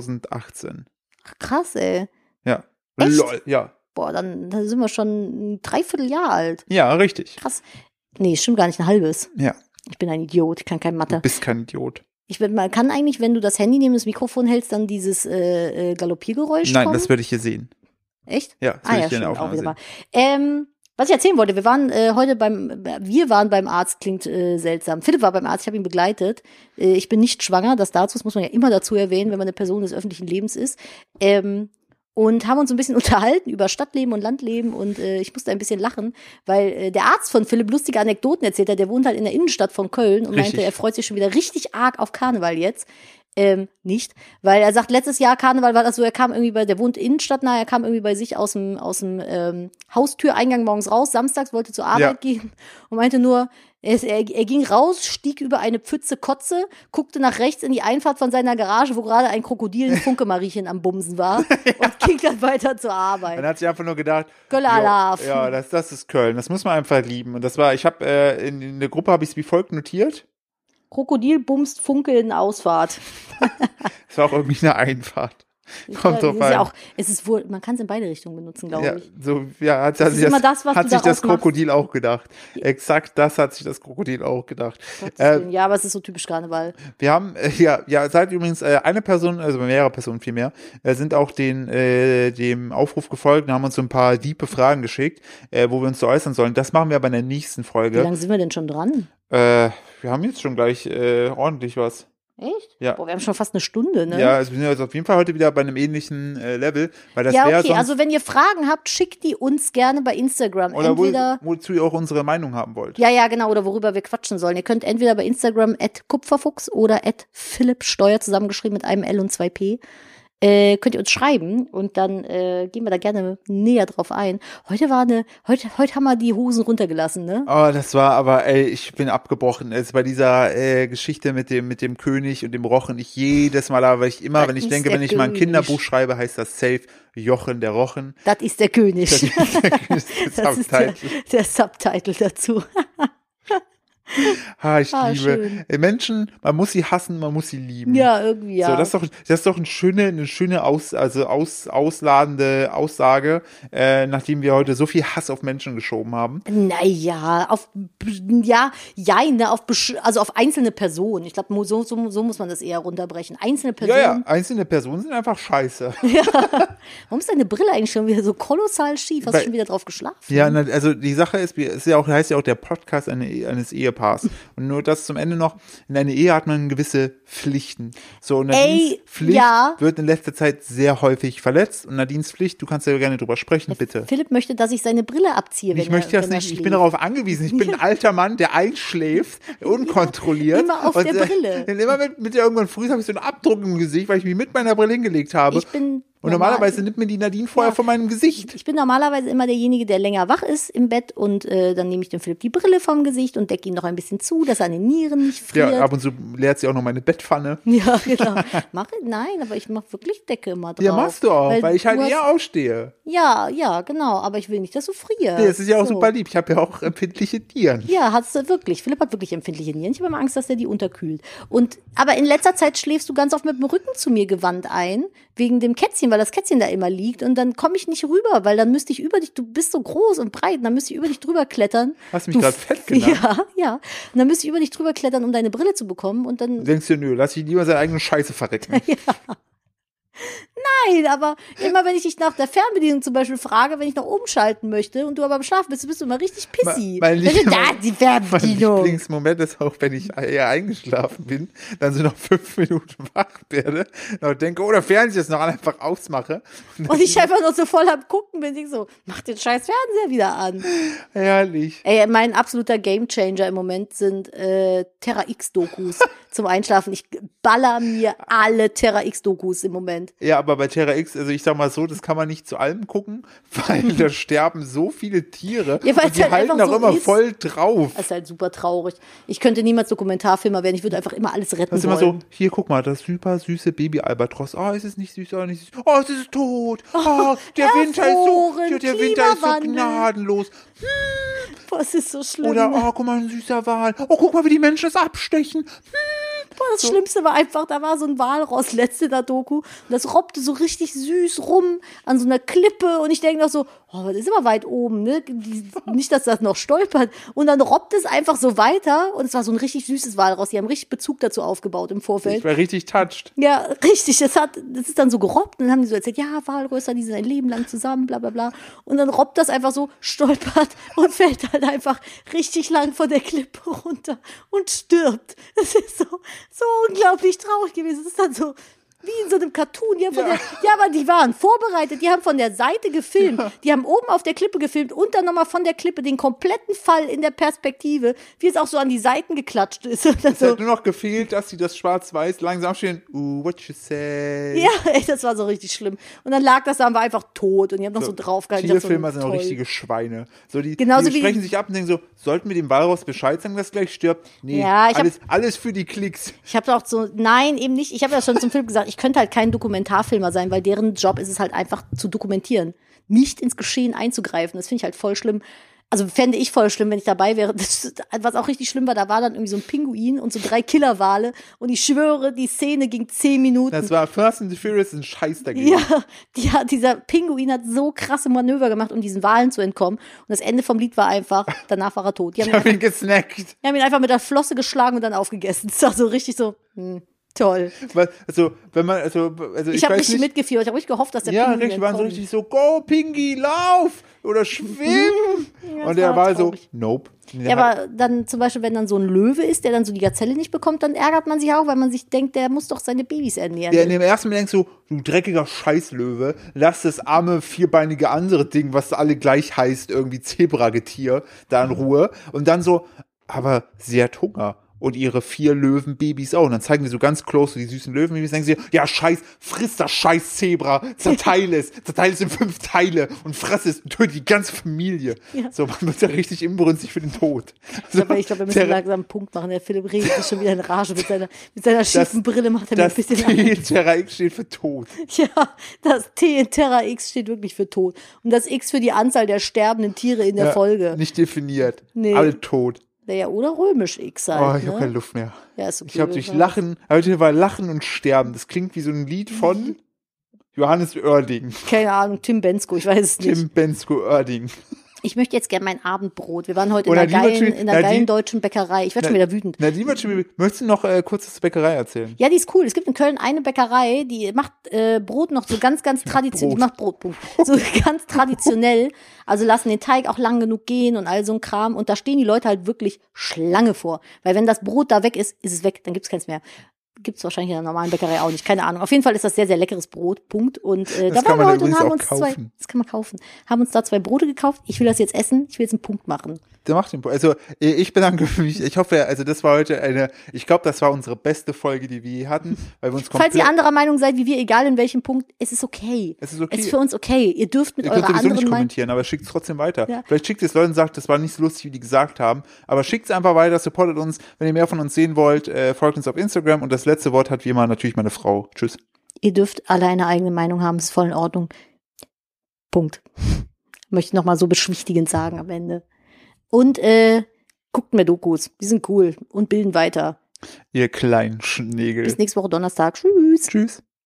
[SPEAKER 1] 2018.
[SPEAKER 2] Ach, krass, ey.
[SPEAKER 1] Ja.
[SPEAKER 2] Echt?
[SPEAKER 1] Lol, ja.
[SPEAKER 2] Boah, dann, dann sind wir schon ein Dreivierteljahr alt.
[SPEAKER 1] Ja, richtig.
[SPEAKER 2] Krass. Nee, stimmt gar nicht, ein halbes.
[SPEAKER 1] Ja.
[SPEAKER 2] Ich bin ein Idiot, ich kann kein Mathe.
[SPEAKER 1] Du bist kein Idiot.
[SPEAKER 2] Ich bin, man kann eigentlich, wenn du das Handy neben das Mikrofon hältst, dann dieses äh, äh, Galoppiergeräusch
[SPEAKER 1] Nein,
[SPEAKER 2] kommen?
[SPEAKER 1] das würde ich hier sehen.
[SPEAKER 2] Echt?
[SPEAKER 1] Ja, das
[SPEAKER 2] Ah
[SPEAKER 1] würde
[SPEAKER 2] ja,
[SPEAKER 1] ich hier in
[SPEAKER 2] stimmt,
[SPEAKER 1] der
[SPEAKER 2] auch
[SPEAKER 1] Aufnahme
[SPEAKER 2] wieder
[SPEAKER 1] sehen.
[SPEAKER 2] mal. Ähm, was ich erzählen wollte, wir waren äh, heute beim, wir waren beim Arzt, klingt äh, seltsam. Philipp war beim Arzt, ich habe ihn begleitet. Äh, ich bin nicht schwanger, das dazu, das muss man ja immer dazu erwähnen, wenn man eine Person des öffentlichen Lebens ist. Ähm, und haben uns ein bisschen unterhalten über Stadtleben und Landleben und äh, ich musste ein bisschen lachen, weil äh, der Arzt von Philipp lustige Anekdoten erzählt hat, der wohnt halt in der Innenstadt von Köln und meinte,
[SPEAKER 1] Richtig.
[SPEAKER 2] er freut sich schon wieder richtig arg auf Karneval jetzt. Ähm, nicht, weil er sagt, letztes Jahr Karneval war das so, er kam irgendwie bei, der wohnt innenstadtnah, er kam irgendwie bei sich aus dem, aus dem ähm, Haustüreingang morgens raus, samstags wollte zur Arbeit gehen und meinte nur, es, er, er ging raus, stieg über eine Pfütze Kotze, guckte nach rechts in die Einfahrt von seiner Garage, wo gerade ein Krokodilen-Funke-Mariechen am Bumsen war und ging dann weiter zur
[SPEAKER 1] Man
[SPEAKER 2] Arbeit.
[SPEAKER 1] hat sich einfach nur gedacht,
[SPEAKER 2] Köln
[SPEAKER 1] jo,
[SPEAKER 2] Alarv.
[SPEAKER 1] ja, das, das ist Köln. Das muss man einfach lieben. Und das war, ich habe äh, in, in der Gruppe habe ich es wie folgt notiert.
[SPEAKER 2] Krokodil bumst Funke in Ausfahrt.
[SPEAKER 1] Es war auch irgendwie eine Einfahrt. Kommt
[SPEAKER 2] Das
[SPEAKER 1] drauf
[SPEAKER 2] ist
[SPEAKER 1] an.
[SPEAKER 2] ja auch, es ist wohl, man kann es in beide Richtungen benutzen, glaube
[SPEAKER 1] ja,
[SPEAKER 2] ich.
[SPEAKER 1] so, ja, hat, hat
[SPEAKER 2] ist
[SPEAKER 1] sich das,
[SPEAKER 2] immer das, was
[SPEAKER 1] hat
[SPEAKER 2] du
[SPEAKER 1] sich das
[SPEAKER 2] daraus machst.
[SPEAKER 1] Krokodil auch gedacht. Exakt das hat sich das Krokodil auch gedacht.
[SPEAKER 2] Gottes
[SPEAKER 1] Äh,
[SPEAKER 2] Willen. ja, aber es ist so typisch Karneval.
[SPEAKER 1] Wir haben, äh, ja, ja, seit übrigens äh, eine Person, also mehrere Personen vielmehr, äh, sind auch den, äh, dem Aufruf gefolgt und haben uns so ein paar diepe Fragen geschickt, äh, wo wir uns so äußern sollen. Das machen wir aber in der nächsten
[SPEAKER 2] Wie
[SPEAKER 1] Folge.
[SPEAKER 2] lange sind wir denn schon dran?
[SPEAKER 1] Äh, wir haben jetzt schon gleich äh, ordentlich was.
[SPEAKER 2] Echt?
[SPEAKER 1] Ja.
[SPEAKER 2] Boah, wir haben schon fast eine Stunde, ne?
[SPEAKER 1] Ja, also wir sind jetzt auf jeden Fall heute wieder bei einem ähnlichen äh, Level, weil das
[SPEAKER 2] Ja,
[SPEAKER 1] wäre
[SPEAKER 2] okay,
[SPEAKER 1] sonst,
[SPEAKER 2] also wenn ihr Fragen habt, schickt die uns gerne bei Instagram.
[SPEAKER 1] oder wo,
[SPEAKER 2] entweder.
[SPEAKER 1] wozu ihr auch unsere Meinung haben wollt.
[SPEAKER 2] Ja, ja, genau, oder worüber wir quatschen sollen. Ihr könnt entweder bei Instagram at Kupferfuchs oder at Philipp Steuer zusammengeschrieben mit einem L und zwei P. Äh, könnt ihr uns schreiben und dann äh, gehen wir da gerne näher drauf ein. Heute war eine, heute, heute haben wir die Hosen runtergelassen, ne?
[SPEAKER 1] Oh, das war aber, ey, ich bin abgebrochen. Es bei dieser äh, Geschichte mit dem mit dem König und dem Rochen. Ich jedes Mal, aber ich immer,
[SPEAKER 2] Das
[SPEAKER 1] wenn ich
[SPEAKER 2] ist
[SPEAKER 1] denke,
[SPEAKER 2] der
[SPEAKER 1] wenn ich mal ein
[SPEAKER 2] König.
[SPEAKER 1] Kinderbuch schreibe, heißt das safe Jochen der Rochen.
[SPEAKER 2] Das ist der König.
[SPEAKER 1] Das ist der
[SPEAKER 2] Das ist der, der Subtitle dazu.
[SPEAKER 1] Ha, ich
[SPEAKER 2] Ah,
[SPEAKER 1] liebe
[SPEAKER 2] schön.
[SPEAKER 1] Äh, Menschen, man muss sie hassen, man muss sie lieben.
[SPEAKER 2] Ja, irgendwie ja.
[SPEAKER 1] So, das ist doch, das ist doch eine schöne, eine schöne aus, also aus, ausladende Aussage, äh, nachdem wir heute so viel Hass auf Menschen geschoben haben.
[SPEAKER 2] Naja, auf ja, jein, ne, auf besch- also auf einzelne Personen. Ich glaube, so, so, so muss man das eher runterbrechen. Einzelne
[SPEAKER 1] Ja,
[SPEAKER 2] Personen.
[SPEAKER 1] ja, einzelne Personen sind einfach scheiße.
[SPEAKER 2] Warum ist deine Brille eigentlich schon wieder so kolossal schief? Hast
[SPEAKER 1] Weil-
[SPEAKER 2] du schon wieder drauf geschlafen?
[SPEAKER 1] Ja, na, also die Sache ist, wir- ist ja auch, heißt ja auch der Podcast eine, Ehe- eines Ehepaars. Und nur das zum Ende noch, in einer Ehe hat man gewisse Pflichten. So, und Nadines
[SPEAKER 2] Ey,
[SPEAKER 1] Pflicht
[SPEAKER 2] ja.
[SPEAKER 1] wird in letzter Zeit sehr häufig verletzt. Und Nadines Pflicht, du kannst ja gerne drüber sprechen, bitte.
[SPEAKER 2] Philipp möchte, dass ich seine Brille abziehe.
[SPEAKER 1] Ich
[SPEAKER 2] wenn
[SPEAKER 1] möchte
[SPEAKER 2] er,
[SPEAKER 1] das
[SPEAKER 2] wenn
[SPEAKER 1] nicht,
[SPEAKER 2] Er
[SPEAKER 1] ich
[SPEAKER 2] schläft.
[SPEAKER 1] bin darauf angewiesen. Ich bin ein alter Mann, der einschläft, unkontrolliert.
[SPEAKER 2] immer auf
[SPEAKER 1] und,
[SPEAKER 2] der
[SPEAKER 1] äh,
[SPEAKER 2] Brille.
[SPEAKER 1] Dann immer mit, mit irgendwann früh habe ich so einen Abdruck im Gesicht, weil ich mich mit meiner Brille hingelegt habe.
[SPEAKER 2] Ich bin
[SPEAKER 1] und
[SPEAKER 2] normal-
[SPEAKER 1] normalerweise nimmt mir die Nadine vorher
[SPEAKER 2] Ja.
[SPEAKER 1] von meinem Gesicht.
[SPEAKER 2] Ich bin normalerweise immer derjenige, der länger wach ist im Bett und äh, dann nehme ich dem Philipp die Brille vom Gesicht und decke ihn noch ein bisschen zu, dass seine Nieren nicht frieren.
[SPEAKER 1] Ja, ab und zu leert sie auch noch meine Bettpfanne.
[SPEAKER 2] Ja, genau. Mache, nein, aber ich mache wirklich Decke immer drauf.
[SPEAKER 1] Ja, machst du auch, weil, ich halt
[SPEAKER 2] du hast-
[SPEAKER 1] eher aufstehe.
[SPEAKER 2] Ja, ja, genau. Aber ich will nicht, dass du frierst.
[SPEAKER 1] Nee, das ist ja auch
[SPEAKER 2] so.
[SPEAKER 1] super lieb. Ich habe ja auch empfindliche Tieren.
[SPEAKER 2] Ja, hast du wirklich. Philipp hat wirklich empfindliche Nieren. Ich habe immer Angst, dass er die unterkühlt. Und, aber in letzter Zeit schläfst du ganz oft mit dem Rücken zu mir gewandt ein, wegen dem Kätzchen, weil das Kätzchen da immer liegt. Und dann komme ich nicht rüber, weil dann müsste ich über dich, du bist so groß und breit, und dann müsste ich über dich drüber klettern.
[SPEAKER 1] Hast mich
[SPEAKER 2] Du-
[SPEAKER 1] gerade fett genannt.
[SPEAKER 2] Ja, ja. Und dann müsste ich über dich drüber klettern, um deine Brille zu bekommen. Und dann
[SPEAKER 1] Du denkst dir, nö, lass ich lieber seine eigene Scheiße verrecken.
[SPEAKER 2] Nein, aber immer wenn ich dich nach der Fernbedienung zum Beispiel frage, wenn ich noch umschalten möchte und du aber im Schlaf bist, bist du immer richtig pissy.
[SPEAKER 1] Me- mein
[SPEAKER 2] Dann so,
[SPEAKER 1] Lieber-
[SPEAKER 2] da ist die
[SPEAKER 1] Mein
[SPEAKER 2] Fernbedienung.
[SPEAKER 1] Lieblingsmoment ist auch, wenn ich eher eingeschlafen bin, dann so noch fünf Minuten wach werde, noch denke, oh, der Fernseher ist noch an, einfach ausmache. Und
[SPEAKER 2] Und ich einfach noch so voll am Gucken bin, ich so, mach den scheiß Fernseher wieder an.
[SPEAKER 1] herrlich.
[SPEAKER 2] Ey, mein absoluter Gamechanger im Moment sind äh, Terra X-Dokus zum Einschlafen. Ich baller mir alle Terra X-Dokus im Moment.
[SPEAKER 1] Ja, aber bei Terra X, also ich sag mal so, das kann man nicht zu allem gucken, weil da sterben so viele Tiere.
[SPEAKER 2] Ja, weil's
[SPEAKER 1] und die
[SPEAKER 2] halt
[SPEAKER 1] halten
[SPEAKER 2] einfach
[SPEAKER 1] auch
[SPEAKER 2] so
[SPEAKER 1] immer
[SPEAKER 2] ist.
[SPEAKER 1] voll drauf.
[SPEAKER 2] Das ist halt super traurig. Ich könnte niemals Dokumentarfilmer werden. Ich würde einfach immer alles retten
[SPEAKER 1] Das ist immer so,
[SPEAKER 2] wollen.
[SPEAKER 1] hier guck mal, das super süße Baby-Albatros. Oh, es ist nicht süß, oh, nicht süß. Oh, es ist tot. Oh, der Winter ist so,
[SPEAKER 2] erfroren,
[SPEAKER 1] der, der Winter ist so
[SPEAKER 2] Klimawandel.
[SPEAKER 1] gnadenlos.
[SPEAKER 2] Boah, es ist so schlimm.
[SPEAKER 1] Oder, oh, guck mal, ein süßer Wal. Oh, guck mal, wie die Menschen es abstechen.
[SPEAKER 2] Boah, das Schlimmste war einfach, da war so ein Walross letzte in der Doku und das robbte so richtig süß rum an so einer Klippe und ich denke noch so, oh, das ist immer weit oben, ne? Die, nicht, dass das noch stolpert. Und dann robbt es einfach so weiter und es war so ein richtig süßes Walross. Die haben richtig Bezug dazu aufgebaut im
[SPEAKER 1] Ich
[SPEAKER 2] Vorfeld.
[SPEAKER 1] war richtig touched.
[SPEAKER 2] Ja, richtig. Das hat, das ist dann so gerobbt. Und dann haben die so erzählt, ja, Walröster, die sind ein Leben lang zusammen, bla, bla, bla. Und dann robbt das einfach so, stolpert und fällt halt einfach richtig lang von der Klippe runter und stirbt. Das ist so, so unglaublich traurig gewesen. Das ist dann so, wie in so einem Cartoon. Die haben von
[SPEAKER 1] Ja.
[SPEAKER 2] Der, ja, aber die waren vorbereitet. Die haben von der Seite gefilmt. Die haben oben auf der Klippe gefilmt und dann nochmal von der Klippe den kompletten Fall in der Perspektive, wie es auch so an die Seiten geklatscht ist. Und dann
[SPEAKER 1] Es
[SPEAKER 2] so,
[SPEAKER 1] hat nur noch gefehlt, dass sie das schwarz-weiß langsam stehen. Ooh, what you say?
[SPEAKER 2] Ja, ey, das war so richtig schlimm. Und dann lag das da und war einfach tot und die haben noch so, draufgehalten. Ich dachte
[SPEAKER 1] Tierfilmer
[SPEAKER 2] so,
[SPEAKER 1] sind auch
[SPEAKER 2] toll.
[SPEAKER 1] richtige Schweine. So, die,
[SPEAKER 2] Genauso
[SPEAKER 1] die
[SPEAKER 2] wie-
[SPEAKER 1] sprechen sich ab und denken so, sollten wir dem Walross Bescheid sagen, dass er gleich stirbt? Nee,
[SPEAKER 2] Ja, ich hab-
[SPEAKER 1] alles, alles für die Klicks.
[SPEAKER 2] Ich habe auch so, nein, eben nicht. Ich habe ja schon zum Film gesagt, ich könnte halt kein Dokumentarfilmer sein, weil deren Job ist es halt einfach zu dokumentieren, nicht ins Geschehen einzugreifen. Das finde ich halt voll schlimm. Also fände ich voll schlimm, wenn ich dabei wäre. Das, ist- was auch richtig schlimm war, da war dann irgendwie so ein Pinguin und so drei Killerwale und ich schwöre, die Szene ging zehn Minuten.
[SPEAKER 1] Das war First and the Furious ein Scheiß dagegen.
[SPEAKER 2] Ja, die hat, dieser Pinguin hat so krasse Manöver gemacht, um diesen Wahlen zu entkommen. Und das Ende vom Lied war einfach, danach war er tot. Die haben,
[SPEAKER 1] Ich
[SPEAKER 2] ihn, einfach,
[SPEAKER 1] habe ihn gesnackt.
[SPEAKER 2] die haben ihn einfach mit der Flosse geschlagen und dann aufgegessen. Das war so richtig so, hm, toll.
[SPEAKER 1] Weil, Also, wenn man, also, also ich,
[SPEAKER 2] Ich, hab habe
[SPEAKER 1] weiß
[SPEAKER 2] richtig
[SPEAKER 1] nicht,
[SPEAKER 2] mitgefiebert, ich habe richtig gehofft, dass der
[SPEAKER 1] ja,
[SPEAKER 2] Pinguin
[SPEAKER 1] richtig, waren so
[SPEAKER 2] entkommt.
[SPEAKER 1] richtig so, go, Pingy, lauf! Oder schwimm!
[SPEAKER 2] das
[SPEAKER 1] und er
[SPEAKER 2] Mhm. war
[SPEAKER 1] war, so,
[SPEAKER 2] traurig.
[SPEAKER 1] nope. Der
[SPEAKER 2] Ja,
[SPEAKER 1] hat-
[SPEAKER 2] aber dann zum Beispiel, wenn dann so ein Löwe ist, der dann so die Gazelle nicht bekommt, dann ärgert man sich auch, weil man sich denkt, der muss doch seine Babys ernähren.
[SPEAKER 1] der in dem ersten Mal denkst du, du dreckiger Scheißlöwe, lass das arme, vierbeinige andere Ding, was alle gleich heißt, irgendwie Zebragetier, da in Ruhe. Und dann so, aber sie hat Hunger. Und ihre vier Löwenbabys auch. Und dann zeigen die so ganz close so die süßen Löwenbabys. Denken sie, ja, scheiß, friss das scheiß Zebra, zerteile es, zerteile es in fünf Teile und fress es und töte die ganze Familie. So, man wird ja richtig inbrünstig für den Tod.
[SPEAKER 2] ich glaube, ich glaub, wir müssen
[SPEAKER 1] der-
[SPEAKER 2] langsam einen Punkt machen. Der Philipp redet ist schon wieder in Rage mit seiner, mit seiner schiefen Brille, macht er mir ein
[SPEAKER 1] das
[SPEAKER 2] bisschen
[SPEAKER 1] T Terra X steht für Tod.
[SPEAKER 2] Ja, das T in Terra X steht wirklich für tot. Und das X für die Anzahl der sterbenden Tiere in der
[SPEAKER 1] Ja,
[SPEAKER 2] Folge.
[SPEAKER 1] Nicht definiert.
[SPEAKER 2] Nee.
[SPEAKER 1] Alle tot.
[SPEAKER 2] Naja, oder römisch X
[SPEAKER 1] Oh,
[SPEAKER 2] halt.
[SPEAKER 1] ich habe
[SPEAKER 2] ne?
[SPEAKER 1] keine Luft mehr.
[SPEAKER 2] ja, ist okay,
[SPEAKER 1] Ich habe
[SPEAKER 2] wir
[SPEAKER 1] durch
[SPEAKER 2] machen-
[SPEAKER 1] Lachen, heute war Lachen und Sterben. Das klingt wie so ein Lied von Johannes Oerding.
[SPEAKER 2] Keine Ahnung, Tim Bensko, ich weiß es nicht.
[SPEAKER 1] Tim Bensko Oerding.
[SPEAKER 2] Ich möchte jetzt gerne mein Abendbrot. Wir waren heute in
[SPEAKER 1] Oder
[SPEAKER 2] einer
[SPEAKER 1] die
[SPEAKER 2] geilen,
[SPEAKER 1] natürlich-
[SPEAKER 2] in einer
[SPEAKER 1] na, die-
[SPEAKER 2] geilen deutschen Bäckerei. Ich werde schon
[SPEAKER 1] Na-
[SPEAKER 2] wieder wütend.
[SPEAKER 1] Nadine, Matschübi, möchtest du noch äh, kurz zur Bäckerei erzählen?
[SPEAKER 2] Ja, die ist cool. Es gibt in Köln eine Bäckerei, die macht äh, Brot noch so ganz, ganz traditionell. Die macht Brot, Punkt. So ganz traditionell. Also lassen den Teig auch lang genug gehen und all so ein Kram. Und da stehen die Leute halt wirklich Schlange vor. Weil wenn das Brot da weg ist, ist es weg. Dann gibt's keins mehr. Gibt's wahrscheinlich in der normalen Bäckerei auch nicht. Keine Ahnung. Auf jeden Fall ist das sehr, sehr leckeres Brot. Punkt. Und äh,
[SPEAKER 1] Das
[SPEAKER 2] da
[SPEAKER 1] kann
[SPEAKER 2] waren wir
[SPEAKER 1] man
[SPEAKER 2] heute und
[SPEAKER 1] übrigens
[SPEAKER 2] haben
[SPEAKER 1] auch
[SPEAKER 2] uns zwei.
[SPEAKER 1] kaufen.
[SPEAKER 2] Das kann man kaufen. Haben uns da zwei Brote gekauft. Ich will das jetzt essen. Ich will jetzt einen Punkt machen.
[SPEAKER 1] Der macht den Po- Also äh, ich bedanke mich. Ich hoffe, also das war heute eine, ich glaube, das war unsere beste Folge, die wir je hatten, weil wir uns komplett.
[SPEAKER 2] Falls ihr anderer Meinung seid wie wir, egal in welchem Punkt, es ist okay.
[SPEAKER 1] Es ist okay.
[SPEAKER 2] Es ist für uns okay. Ihr dürft mit
[SPEAKER 1] Ihr könnt
[SPEAKER 2] eurer
[SPEAKER 1] sowieso
[SPEAKER 2] anderen
[SPEAKER 1] nicht
[SPEAKER 2] Meinung.
[SPEAKER 1] kommentieren, aber schickt es trotzdem weiter.
[SPEAKER 2] Ja.
[SPEAKER 1] Vielleicht schickt es Leuten und sagt, das war nicht so lustig, wie die gesagt haben. Aber schickt es einfach weiter, supportet uns. Wenn ihr mehr von uns sehen wollt, äh, folgt uns auf Instagram. Und das letzte Wort hat wie immer natürlich meine Frau. Tschüss.
[SPEAKER 2] Ihr dürft alle eine eigene Meinung haben, ist voll in Ordnung. Punkt. Möchte nochmal so beschwichtigend sagen am Ende. Und äh, guckt mir Dokus, die sind cool und bilden weiter.
[SPEAKER 1] Ihr kleinen Schnägel.
[SPEAKER 2] Bis nächste Woche Donnerstag. Tschüss.
[SPEAKER 1] Tschüss.